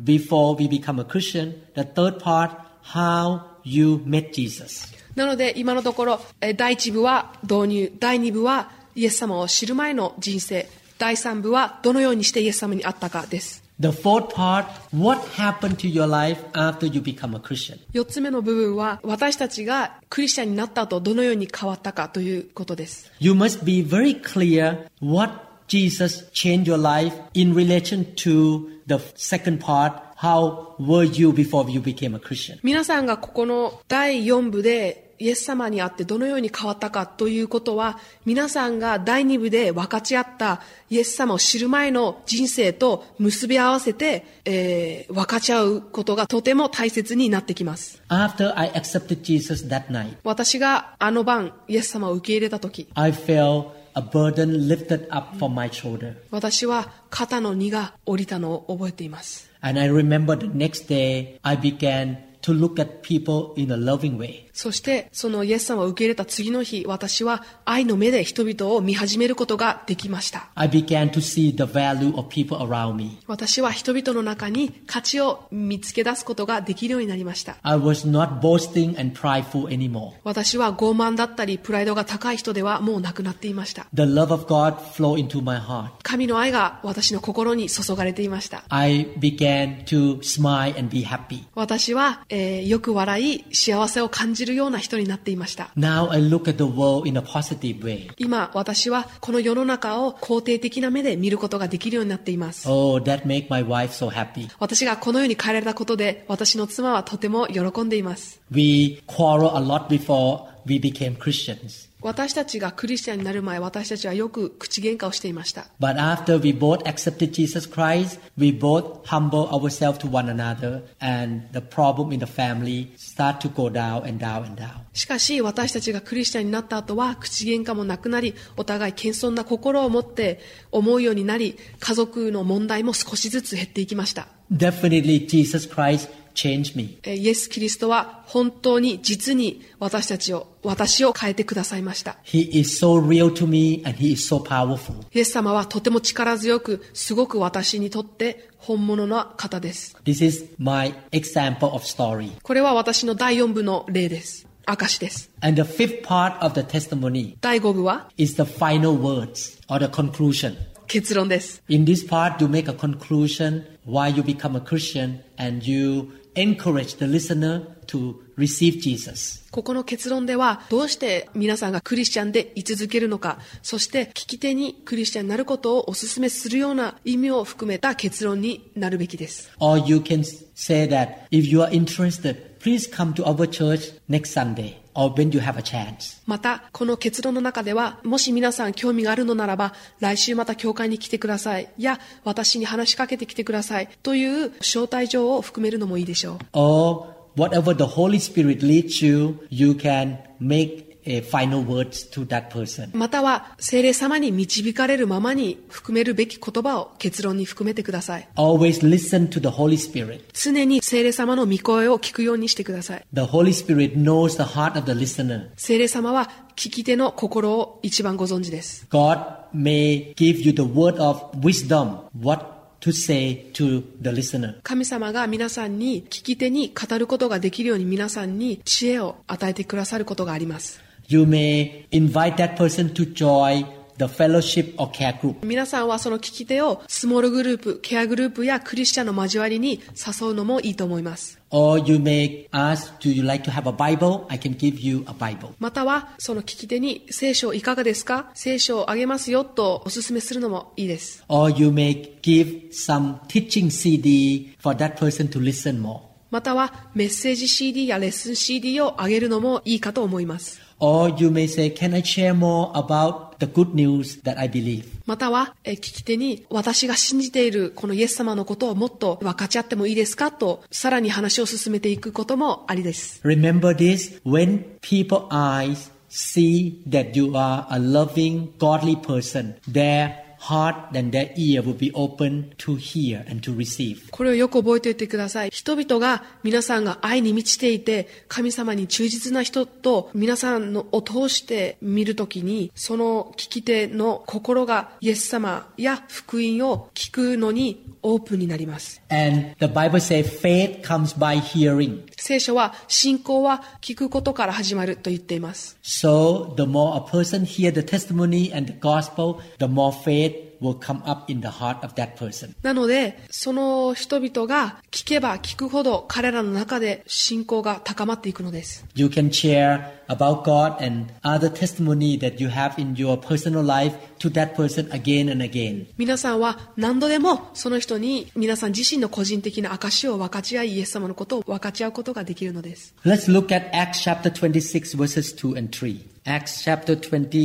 S3: before we become a Christian. The third part, how you met Jesus.
S4: なので今のところえー第1部は導入第2部はイエス様を知る前の人生第3部はどのようにしてイエス様に会ったかです
S3: The fourth part, what happened to your life after you become a Christian.
S4: 4つ目の部分は私たちがクリスチャンになった後どのように変わったかということです
S3: You must be very clear what Jesus changed your life in relation to the second part. How were you before you became a Christian?
S4: 皆さんがここの第4部でイエス様に会ってどのように変わったかということは皆さんが第2部で分かち合ったイエス様を知る前の人生と結び合わせて、えー分かち合うことがとても大切になってきます
S3: After I accepted Jesus that night,
S4: 私があの晩イエス様を受け入れた時
S3: I felt a burden lifted up from my shoulder.
S4: 私は肩の荷が下りたのを覚えています
S3: And I remember the next day, I began to look at people in a loving way.
S4: そして、そのイエス様を受け入れた次の日、私は愛の目で人々を見始めることができました。
S3: I began to see the value of people around me.
S4: 私は人々の中に価値を見つけ出すことができるようになりました。
S3: I was not boasting and prideful anymore.
S4: 私は傲慢だったり、プライドが高い人ではもうなくなっていました。
S3: The love of God flowed into my heart.
S4: 神の愛が私の心に注がれていました。
S3: I began to smile and be happy.
S4: 私は、えーよく笑い、幸せを感じるような人になっていました。
S3: Now I look at the world in a positive way.
S4: 今、私はこの世の中を肯定的な目で見ることができるようになっています。
S3: Oh, that make my wife so happy.
S4: 私がこの世に帰られたことで、私の妻はとても喜んでいます。
S3: We quarrel a lot before we became Christians.
S4: 私たちがクリスチャンになる前私たちはよく口喧嘩をしていました
S3: But after we both accepted Jesus Christ, we both humble ourselves to one another and the problem in the family start to go down and down and down.
S4: しかし私たちがクリスチャンになった後は口喧嘩もなくなりお互い謙遜な心を持って思うようになり家族の問題も少しずつ減っていきました、
S3: Definitely Jesus Christ changed me.
S4: えーイエス・キリストは本当に実に私たちを私を変えてくださいました
S3: He is so real to me and he is so powerful.
S4: イエス様はとても力強くすごく私にとって本物の方です
S3: This is my example of story.
S4: これは私の第4部の例です証です
S3: And the fifth part of the testimony
S4: 第5部は
S3: is the final words or the conclusion.
S4: 結論です
S3: In this part, you make a conclusion why you become a Christian and you encourage the listener to receive Jesus.
S4: ここの結論では、どうして皆さんがクリスチャンで居続けるのか、そして聞き手にクリスチャンになることをお勧めするような意味を含めた結論になるべきです。
S3: Or you can say that if you are interested, please come to our church next Sunday or when you have a chance.
S4: また、この結論の中では、もし皆さん興味があるのならば、来週また教会に来てください、や、私に話しかけてきてください、という招待状を含めるのもいいでしょう。
S3: Or whatever the Holy Spirit leads you, you can make a final words to that person.
S4: または、精霊様に導かれるままに含めるべき言葉を結論に含めてください。
S3: Always listen to the Holy Spirit.
S4: 常に精霊様の御声を聞くようにしてください。
S3: The Holy Spirit knows the heart of the listener.
S4: 聖霊様は聞き手の心を一番ご存知です。
S3: God may give you the word of wisdom, what to say to the listener.
S4: 神様が皆さんに聞き手に語ることができるように皆さんに知恵を与えてくださることがあります。
S3: You may invite that person to join the fellowship or care group.
S4: 皆さんはその聞き手をスモールグループ、ケアグループやクリスチャンの交わりに誘うのもいいと思います。
S3: Or you may ask, Do you like to have a Bible? I can give you a Bible.
S4: またはその聞き手に聖書いかがですか聖書をあげますよとお勧めするのもいいです。
S3: Or you may give some teaching CD for that person to listen more.
S4: またはメッセージ CD やレッスン CD をあげるのもいいかと思います。
S3: Or you may say, Can I share more about the good news that I believe?
S4: または、えー聞き手に私が信じているこのイエス様のことをもっと分かち合ってもいいですかとさらに話を進めていくこともありです
S3: Remember this when people eyes see that you are a loving, godly person, their heart and their ear will be open to hear and to receive.
S4: これをよく覚えておいてください人々が皆さんが愛に満ちていて神様に忠実な人と皆さんのを通して見るときにその聞き手の心がイエス様や福音を聞くのにオープンになります
S3: And the Bible says faith comes by hearing.
S4: 聖書は信仰は聞くことから始まると言っています
S3: So the more a person hear the testimony and the gospel, the more faith will come up in the heart of that person.
S4: なので、その人々が聞けば聞くほど彼らの中で信仰が高まっていくのです。
S3: You can share about God and other testimony that you have in your personal life to that person again and again.
S4: 皆さんは何度でもその人に皆さん自身の個人的な証を分かち合い、イエス様のことを分かち合うことができるのです。
S3: Let's look at Acts chapter 26 verses 2 and 3. Acts chapter 26 2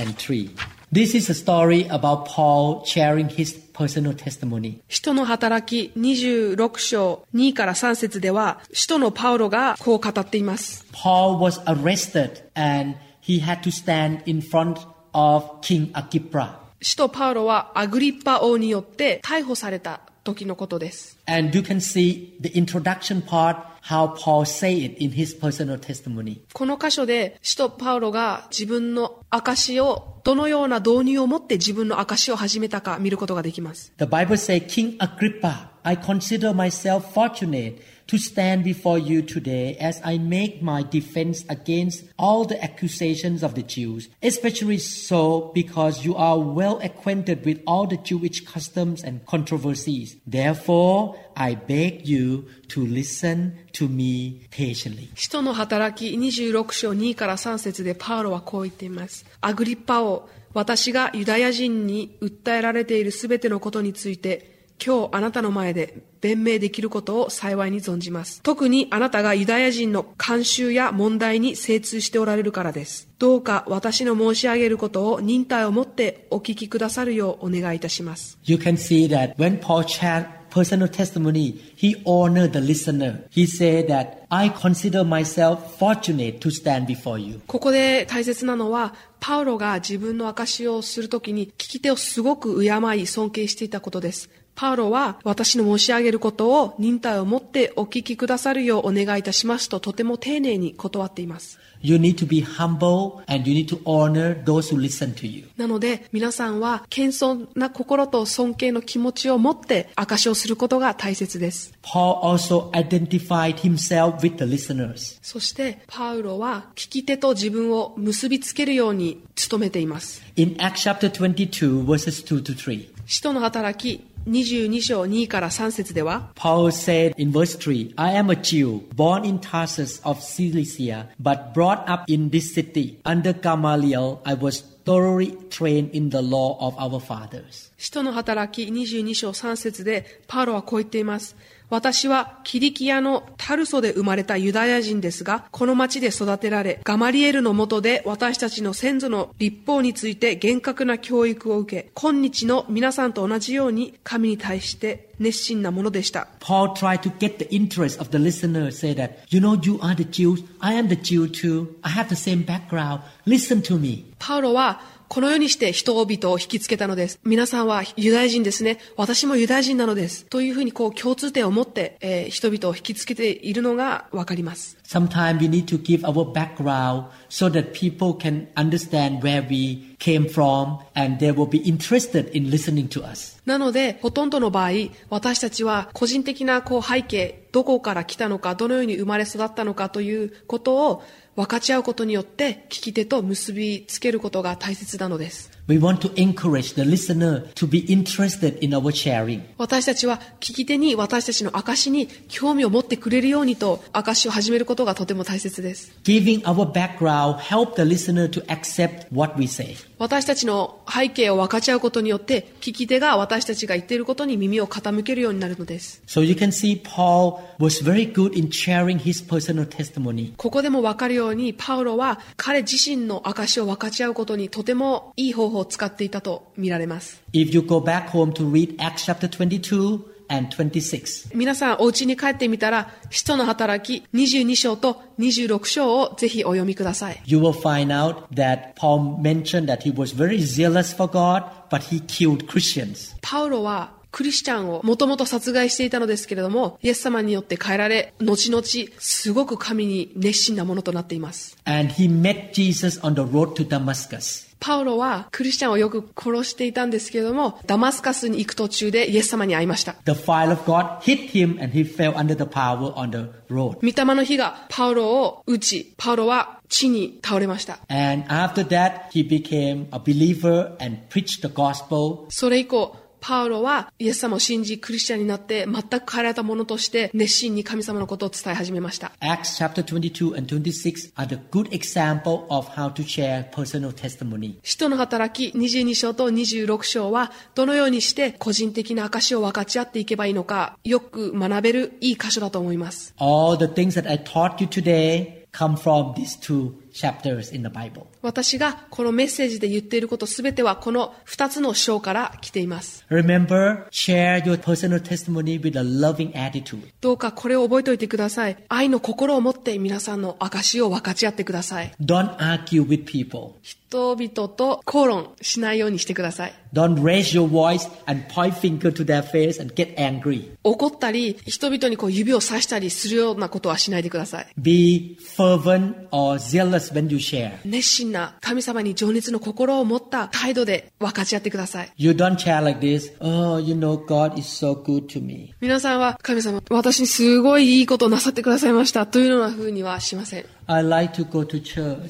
S3: and 3. This is a story about Paul sharing his personal testimony.
S4: 使徒の働き26章2から3節では、使徒のパウロがこう語っています。
S3: Paul was arrested and he had to stand in front of King Agrippa.
S4: 使徒パウロはアグリッパ王によって逮捕された時のことです。
S3: And you can see the introduction part how Paul say it in his personal testimony.
S4: この箇所で、使徒パウロが自分の証を、どのような導入を持って自分の証を始めたか見ることができます。
S3: The Bible says, King Agrippa, I consider myself fortunate to stand before you today as I make my defense against all the accusations of the Jews, especially so because you are well acquainted with all the Jewish customs and controversies. Therefore, I beg you to listen to me patiently.
S4: 使徒の働き26章2から3節でパウロはこう言っています。アグリッパ王、私がユダヤ人に訴えられているすべてのことについて、今日あなたの前で弁明できることを幸いに存じます。特にあなたがユダヤ人の慣習や問題に精通しておられるからです。どうか私の申し上げることを忍耐をもってお聞きくださるようお願いいたします。
S3: You can see that when Paul shared personal testimony, he honored the listener. He said that I consider myself fortunate to stand before you.
S4: ここで大切なのは、パウロが自分の証をするときに聞き手をすごく敬い尊敬していたことです。パウロは私の申し上げることを忍耐をもってお聞きくださるようお願いいたしますととても丁寧に断っています。
S3: You need to be humble and you need to honor those who listen to you.
S4: なので皆さんは謙遜な心と尊敬の気持ちを持って証をすることが大切です。
S3: Paul also identified himself with the listeners.
S4: そしてパウロは聞き手と自分を結びつけるように努めています。
S3: In Acts chapter 22, verses 2 to 3,
S4: 使徒の働き22章2から3節では
S3: Paul said in verse 3, I am a Jew, born in Tarsus of Cilicia, but brought up in this city. Under Gamaliel, I was thoroughly trained in the law of our fathers.
S4: 使徒の働き22章3節でパウロはこう言っています。私はキリキアのタルソで生まれたユダヤ人ですが、この町で育てられ、ガマリエルの下で私たちの先祖の立法について厳格な教育を受け、今日の皆さんと同じように神に対して熱心なものでした。
S3: Paul tried to get the interest of the listener, say that, you know, you are the Jews, I am the Jew too, I have the same background, listen to me.
S4: パウロはこのようにして人々を引きつけたのです。皆さんはユダヤ人ですね。私もユダヤ人なのです。というふうにこう共通点を持って、えー人々を引きつけているのがわかります。
S3: Sometimes we need to give our background so that people can understand where we came from and they will be interested in listening to us.
S4: なので、ほとんどの場合、私たちは個人的なこう背景、どこから来たのか、どのように生まれ育ったのかということを分かち合うことによって、聞き手と結びつけることが大切なのです。
S3: We want to encourage the listener to be interested in our sharing.
S4: 私たちは聞き手に私たちの証に興味を持ってくれるようにと証を始めることがとても大切です
S3: Giving our background help the listener to accept what we say.
S4: 私たちの背景を分かち合うことによって聞き手が私たちが言っていることに耳を傾けるようになるのです
S3: So you can see Paul was very good in sharing his personal testimony.
S4: ここでも分かるようにパウロは彼自身の証を分かち合うことにとてもいい方法を使っていたと見られます
S3: If you go back home to read Acts chapter 22 and 26,
S4: 皆さんお家に帰ってみたら「使徒の働き」22章と26章をぜひお読みください
S3: you will find out that Paul mentioned that he was very zealous for God, but he killed Christians.
S4: パウロはクリスチャンをもともと殺害していたのですけれども、イエス様によって変えられ、後々、すごく神に熱心なものとなっています。
S3: And he met Jesus on the road to Damascus.
S4: パウロはクリスチャンをよく殺していたんですけれども、ダマスカスに行く途中でイエス様に会いました。
S3: The fire of God hit him and he fell under the power on the road.
S4: 御霊の火がパウロを打ち、パウロは地に倒れました。
S3: And after that, he became a believer and preached the gospel.
S4: それ以降、パウロはイエス様を信じクリスチャンになって全く変えられたものとして熱心に神様のことを伝え始めました。
S3: Acts chapter 22 and 26 are the good example of how to share personal testimony.
S4: 使徒の働き22章と26章はどのようにして個人的な証を分かち合っていけばいいのかよく学べるいい箇所だと思います
S3: All the things that I taught you today come from these two chapters in the Bible.
S4: 私がこのメッセージで言っていることすべてはこの2つの章から来ています
S3: Remember, share your personal testimony with a loving attitude.
S4: どうかこれを覚えておいてください愛の心を持って皆さんの証を分かち合ってください
S3: Don't argue with people.
S4: 人々と口論しないようにしてください
S3: Don't raise your voice and point finger to their face and get angry.
S4: 怒ったり人々にこう指をさしたりするようなことはしないでください
S3: Be fervent or zealous when you share.
S4: 熱心な神様に情熱の心を持った態度で分かち合ってください。
S3: You don't share like this. Oh, you know, God is so good to me.
S4: 皆さんは神様、私にすごいいいことをなさってくださいましたというような風にはしません。
S3: I like to go to church.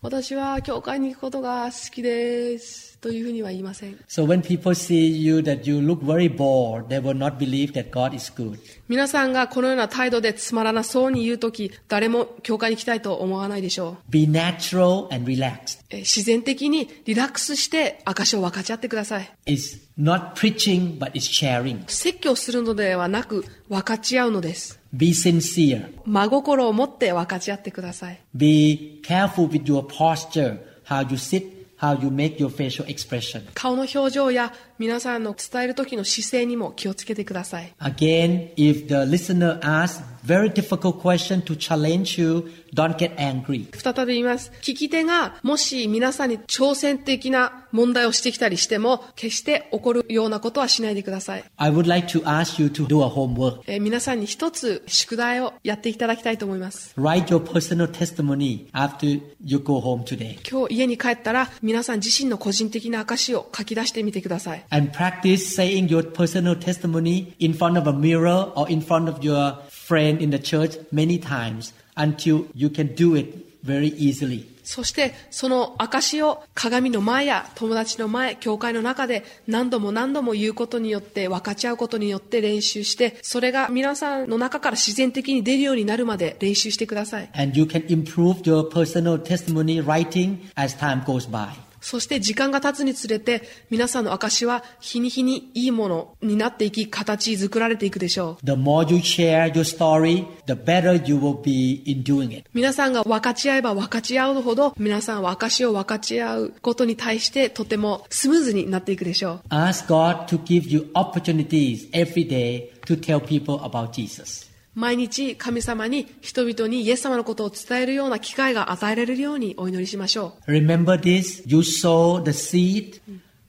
S4: 私は教会に行くことが好きですという風には言いません。
S3: So when people see you that you look very bored, they will not believe that God is good.
S4: 皆さんがこのような態度でつまらなそうに言うとき、誰も教会に行きたいと思わないでしょ
S3: Be natural and relaxed.
S4: う。え自然的にリラックスして証を分かち合ってください。
S3: It's not preaching, but it's sharing.
S4: 説教するのではなく分かち合うのです。
S3: Be sincere.
S4: 真心を持って分かち合ってください。
S3: Be careful with your posture, how you sit, how you make your facial expression.
S4: 顔の表情や皆さんの伝える時の姿勢にも気をつけてください
S3: Again, if the listener asks very difficult question to challenge you, don't get angry.
S4: 再び言います聞き手がもし皆さんに挑戦的な問題をしてきたりしても決して怒るようなことはしないでください、
S3: I would like to ask you to do a homework.
S4: えー皆さんに一つ宿題をやっていただきたいと思います
S3: Write your personal testimony after you go home today
S4: 今日家に帰ったら皆さん自身の個人的な証を書き出してみてください
S3: and practice saying your personal testimony in front of a mirror or in front of your friend in the church many times until you can do it very easily.
S4: そしてその証を鏡の前や友達の前教会の中で何度も何度も言うことによって分かち合うことによって練習してそれが皆さんの中から自然的に出るようになるまで練習してください
S3: And you can improve your personal testimony writing as time goes by.
S4: そして時間が経つにつれて皆さんの証は日に日にいいものになっていき形作られていくでしょう
S3: The more you share your story, the better you will be in doing it.
S4: 皆さんが分かち合えば分かち合うほど皆さんは証を分かち合うことに対してとてもスムーズになっていくでしょう
S3: Ask God to give you opportunities every day to tell people about Jesus.
S4: 毎日神様に人々にイエス様のことを伝えるような機会が与えられるようにお祈りしましょう
S3: Remember this, you sow the seed,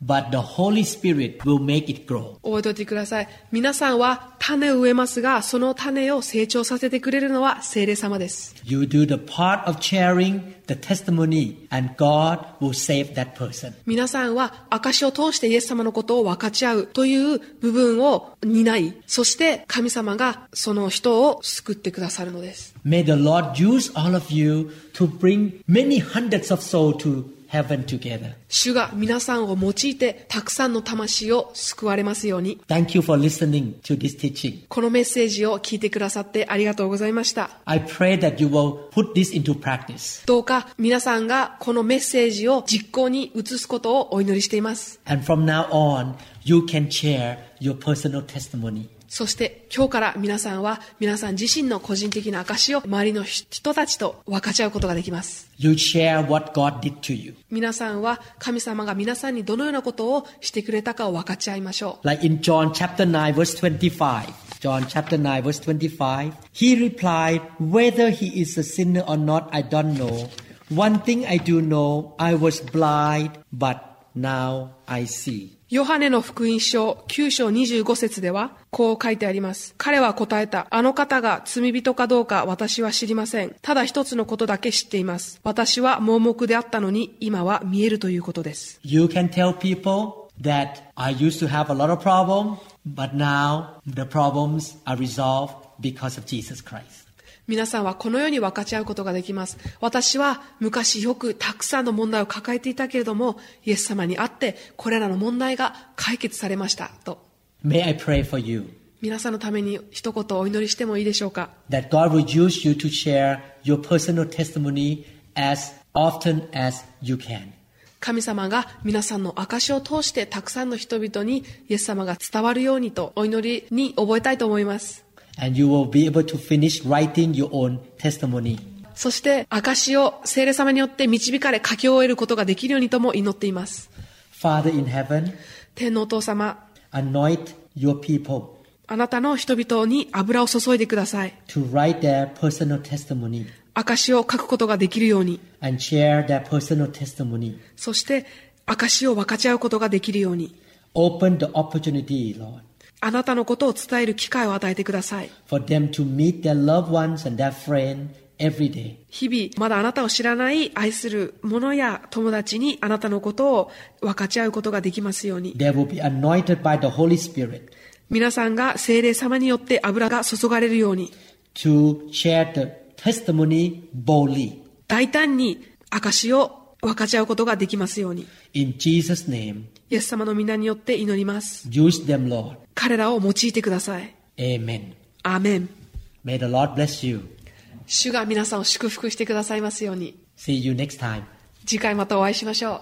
S3: but the Holy Spirit will make it grow.
S4: 覚えておいてください皆さんは種を植えますがその種を成長させてくれるのは聖霊様です
S3: You do the part of sharing the testimony and God will save that person.
S4: 皆さんは証を通してイエス様のことを分かち合うという部分を担いそして神様がその人を救ってくださるのです
S3: May the Lord use all of you to bring many hundreds of souls to heaven together.
S4: 主が皆さんを用いてたくさんの魂を救われますように
S3: Thank you for listening to this teaching.
S4: このメッセージを聞いてくださってありがとうございました
S3: I pray that you will put this into practice.
S4: どうか皆さんがこのメッセージを実行に移すことをお祈りしています
S3: And from now on, you can share your personal testimony.
S4: そして今日から皆さんは皆さん自身の個人的な証しを周りの人たちと分かち合うことができます
S3: You share what God did to you.
S4: 皆さんは神様が皆さんにどのようなことをしてくれたかを分かち合いましょう
S3: Like in John chapter 9, verse 25. John chapter 9, verse 25. He replied, Whether he is a sinner or not, I don't know. One thing I do know, I was blind, but now I see.
S4: ヨハネの福音書9章25節ではこう書いてあります。彼は答えた。あの方が罪人かどうか私は知りません。ただ一つのことだけ知っています。私は盲目であったのに今は見えるということです。
S3: You can tell people that I used to have a lot of problem, but now the problems are resolved because of Jesus Christ.
S4: 皆さんはこのように分かち合うことができます。私は昔よくたくさんの問題を抱えていたけれども、イエス様に会ってこれらの問題が解決されました。と。
S3: May I pray for you
S4: 皆さんのために一言お祈りしてもいいでしょうか。
S3: that God will use you to share your personal testimony as often as you can.
S4: 神様が皆さんの証を通してたくさんの人々にイエス様が伝わるようにとお祈りに覚えたいと思います。
S3: And you will be able to finish writing your own testimony.
S4: そして証を聖霊様によって導かれ書き終えることができるようにとも祈っています。
S3: Father in heaven,
S4: 天皇お父様、
S3: anoint your people
S4: あなたの人々に油を注いでください。
S3: to write their personal testimony
S4: 証を書くことができるように、
S3: and share their personal testimony.
S4: そして証を分かち合うことができるように、
S3: Open the opportunity, Lord.
S4: あなたのことを伝える機会を与えてください。
S3: for them to meet their loved ones and their friend every day.
S4: 日々まだあなたを知らない愛する者や友達にあなたのことを分かち合うことができますように
S3: They will be anointed by the Holy Spirit
S4: 皆さんが精霊様によって油が注がれるように
S3: to share the testimony boldly.
S4: 大胆に証を分かち合うことができますように
S3: In Jesus' name,
S4: イエス様の皆によって祈ります
S3: use them, Lord.
S4: 彼らを用いてください
S3: Amen.
S4: アーメン
S3: May the Lord bless you.
S4: 主が皆さんを祝福してくださいますように
S3: See you next time.
S4: 次回またお会いしましょう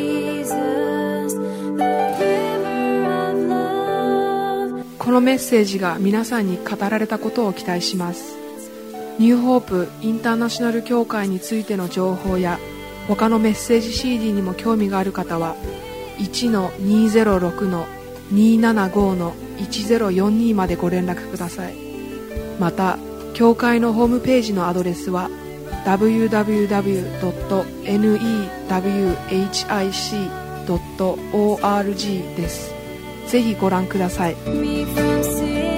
S5: Jesus, the giver of love.
S2: このメッセージが皆さんに語られたことを期待しますニューホープインターナショナル協会についての情報や他のメッセージ CD にも興味がある方は1-206-275-1042までご連絡くださいまた協会のホームページのアドレスは www.newhic.org ですぜひご覧ください
S5: me from sin.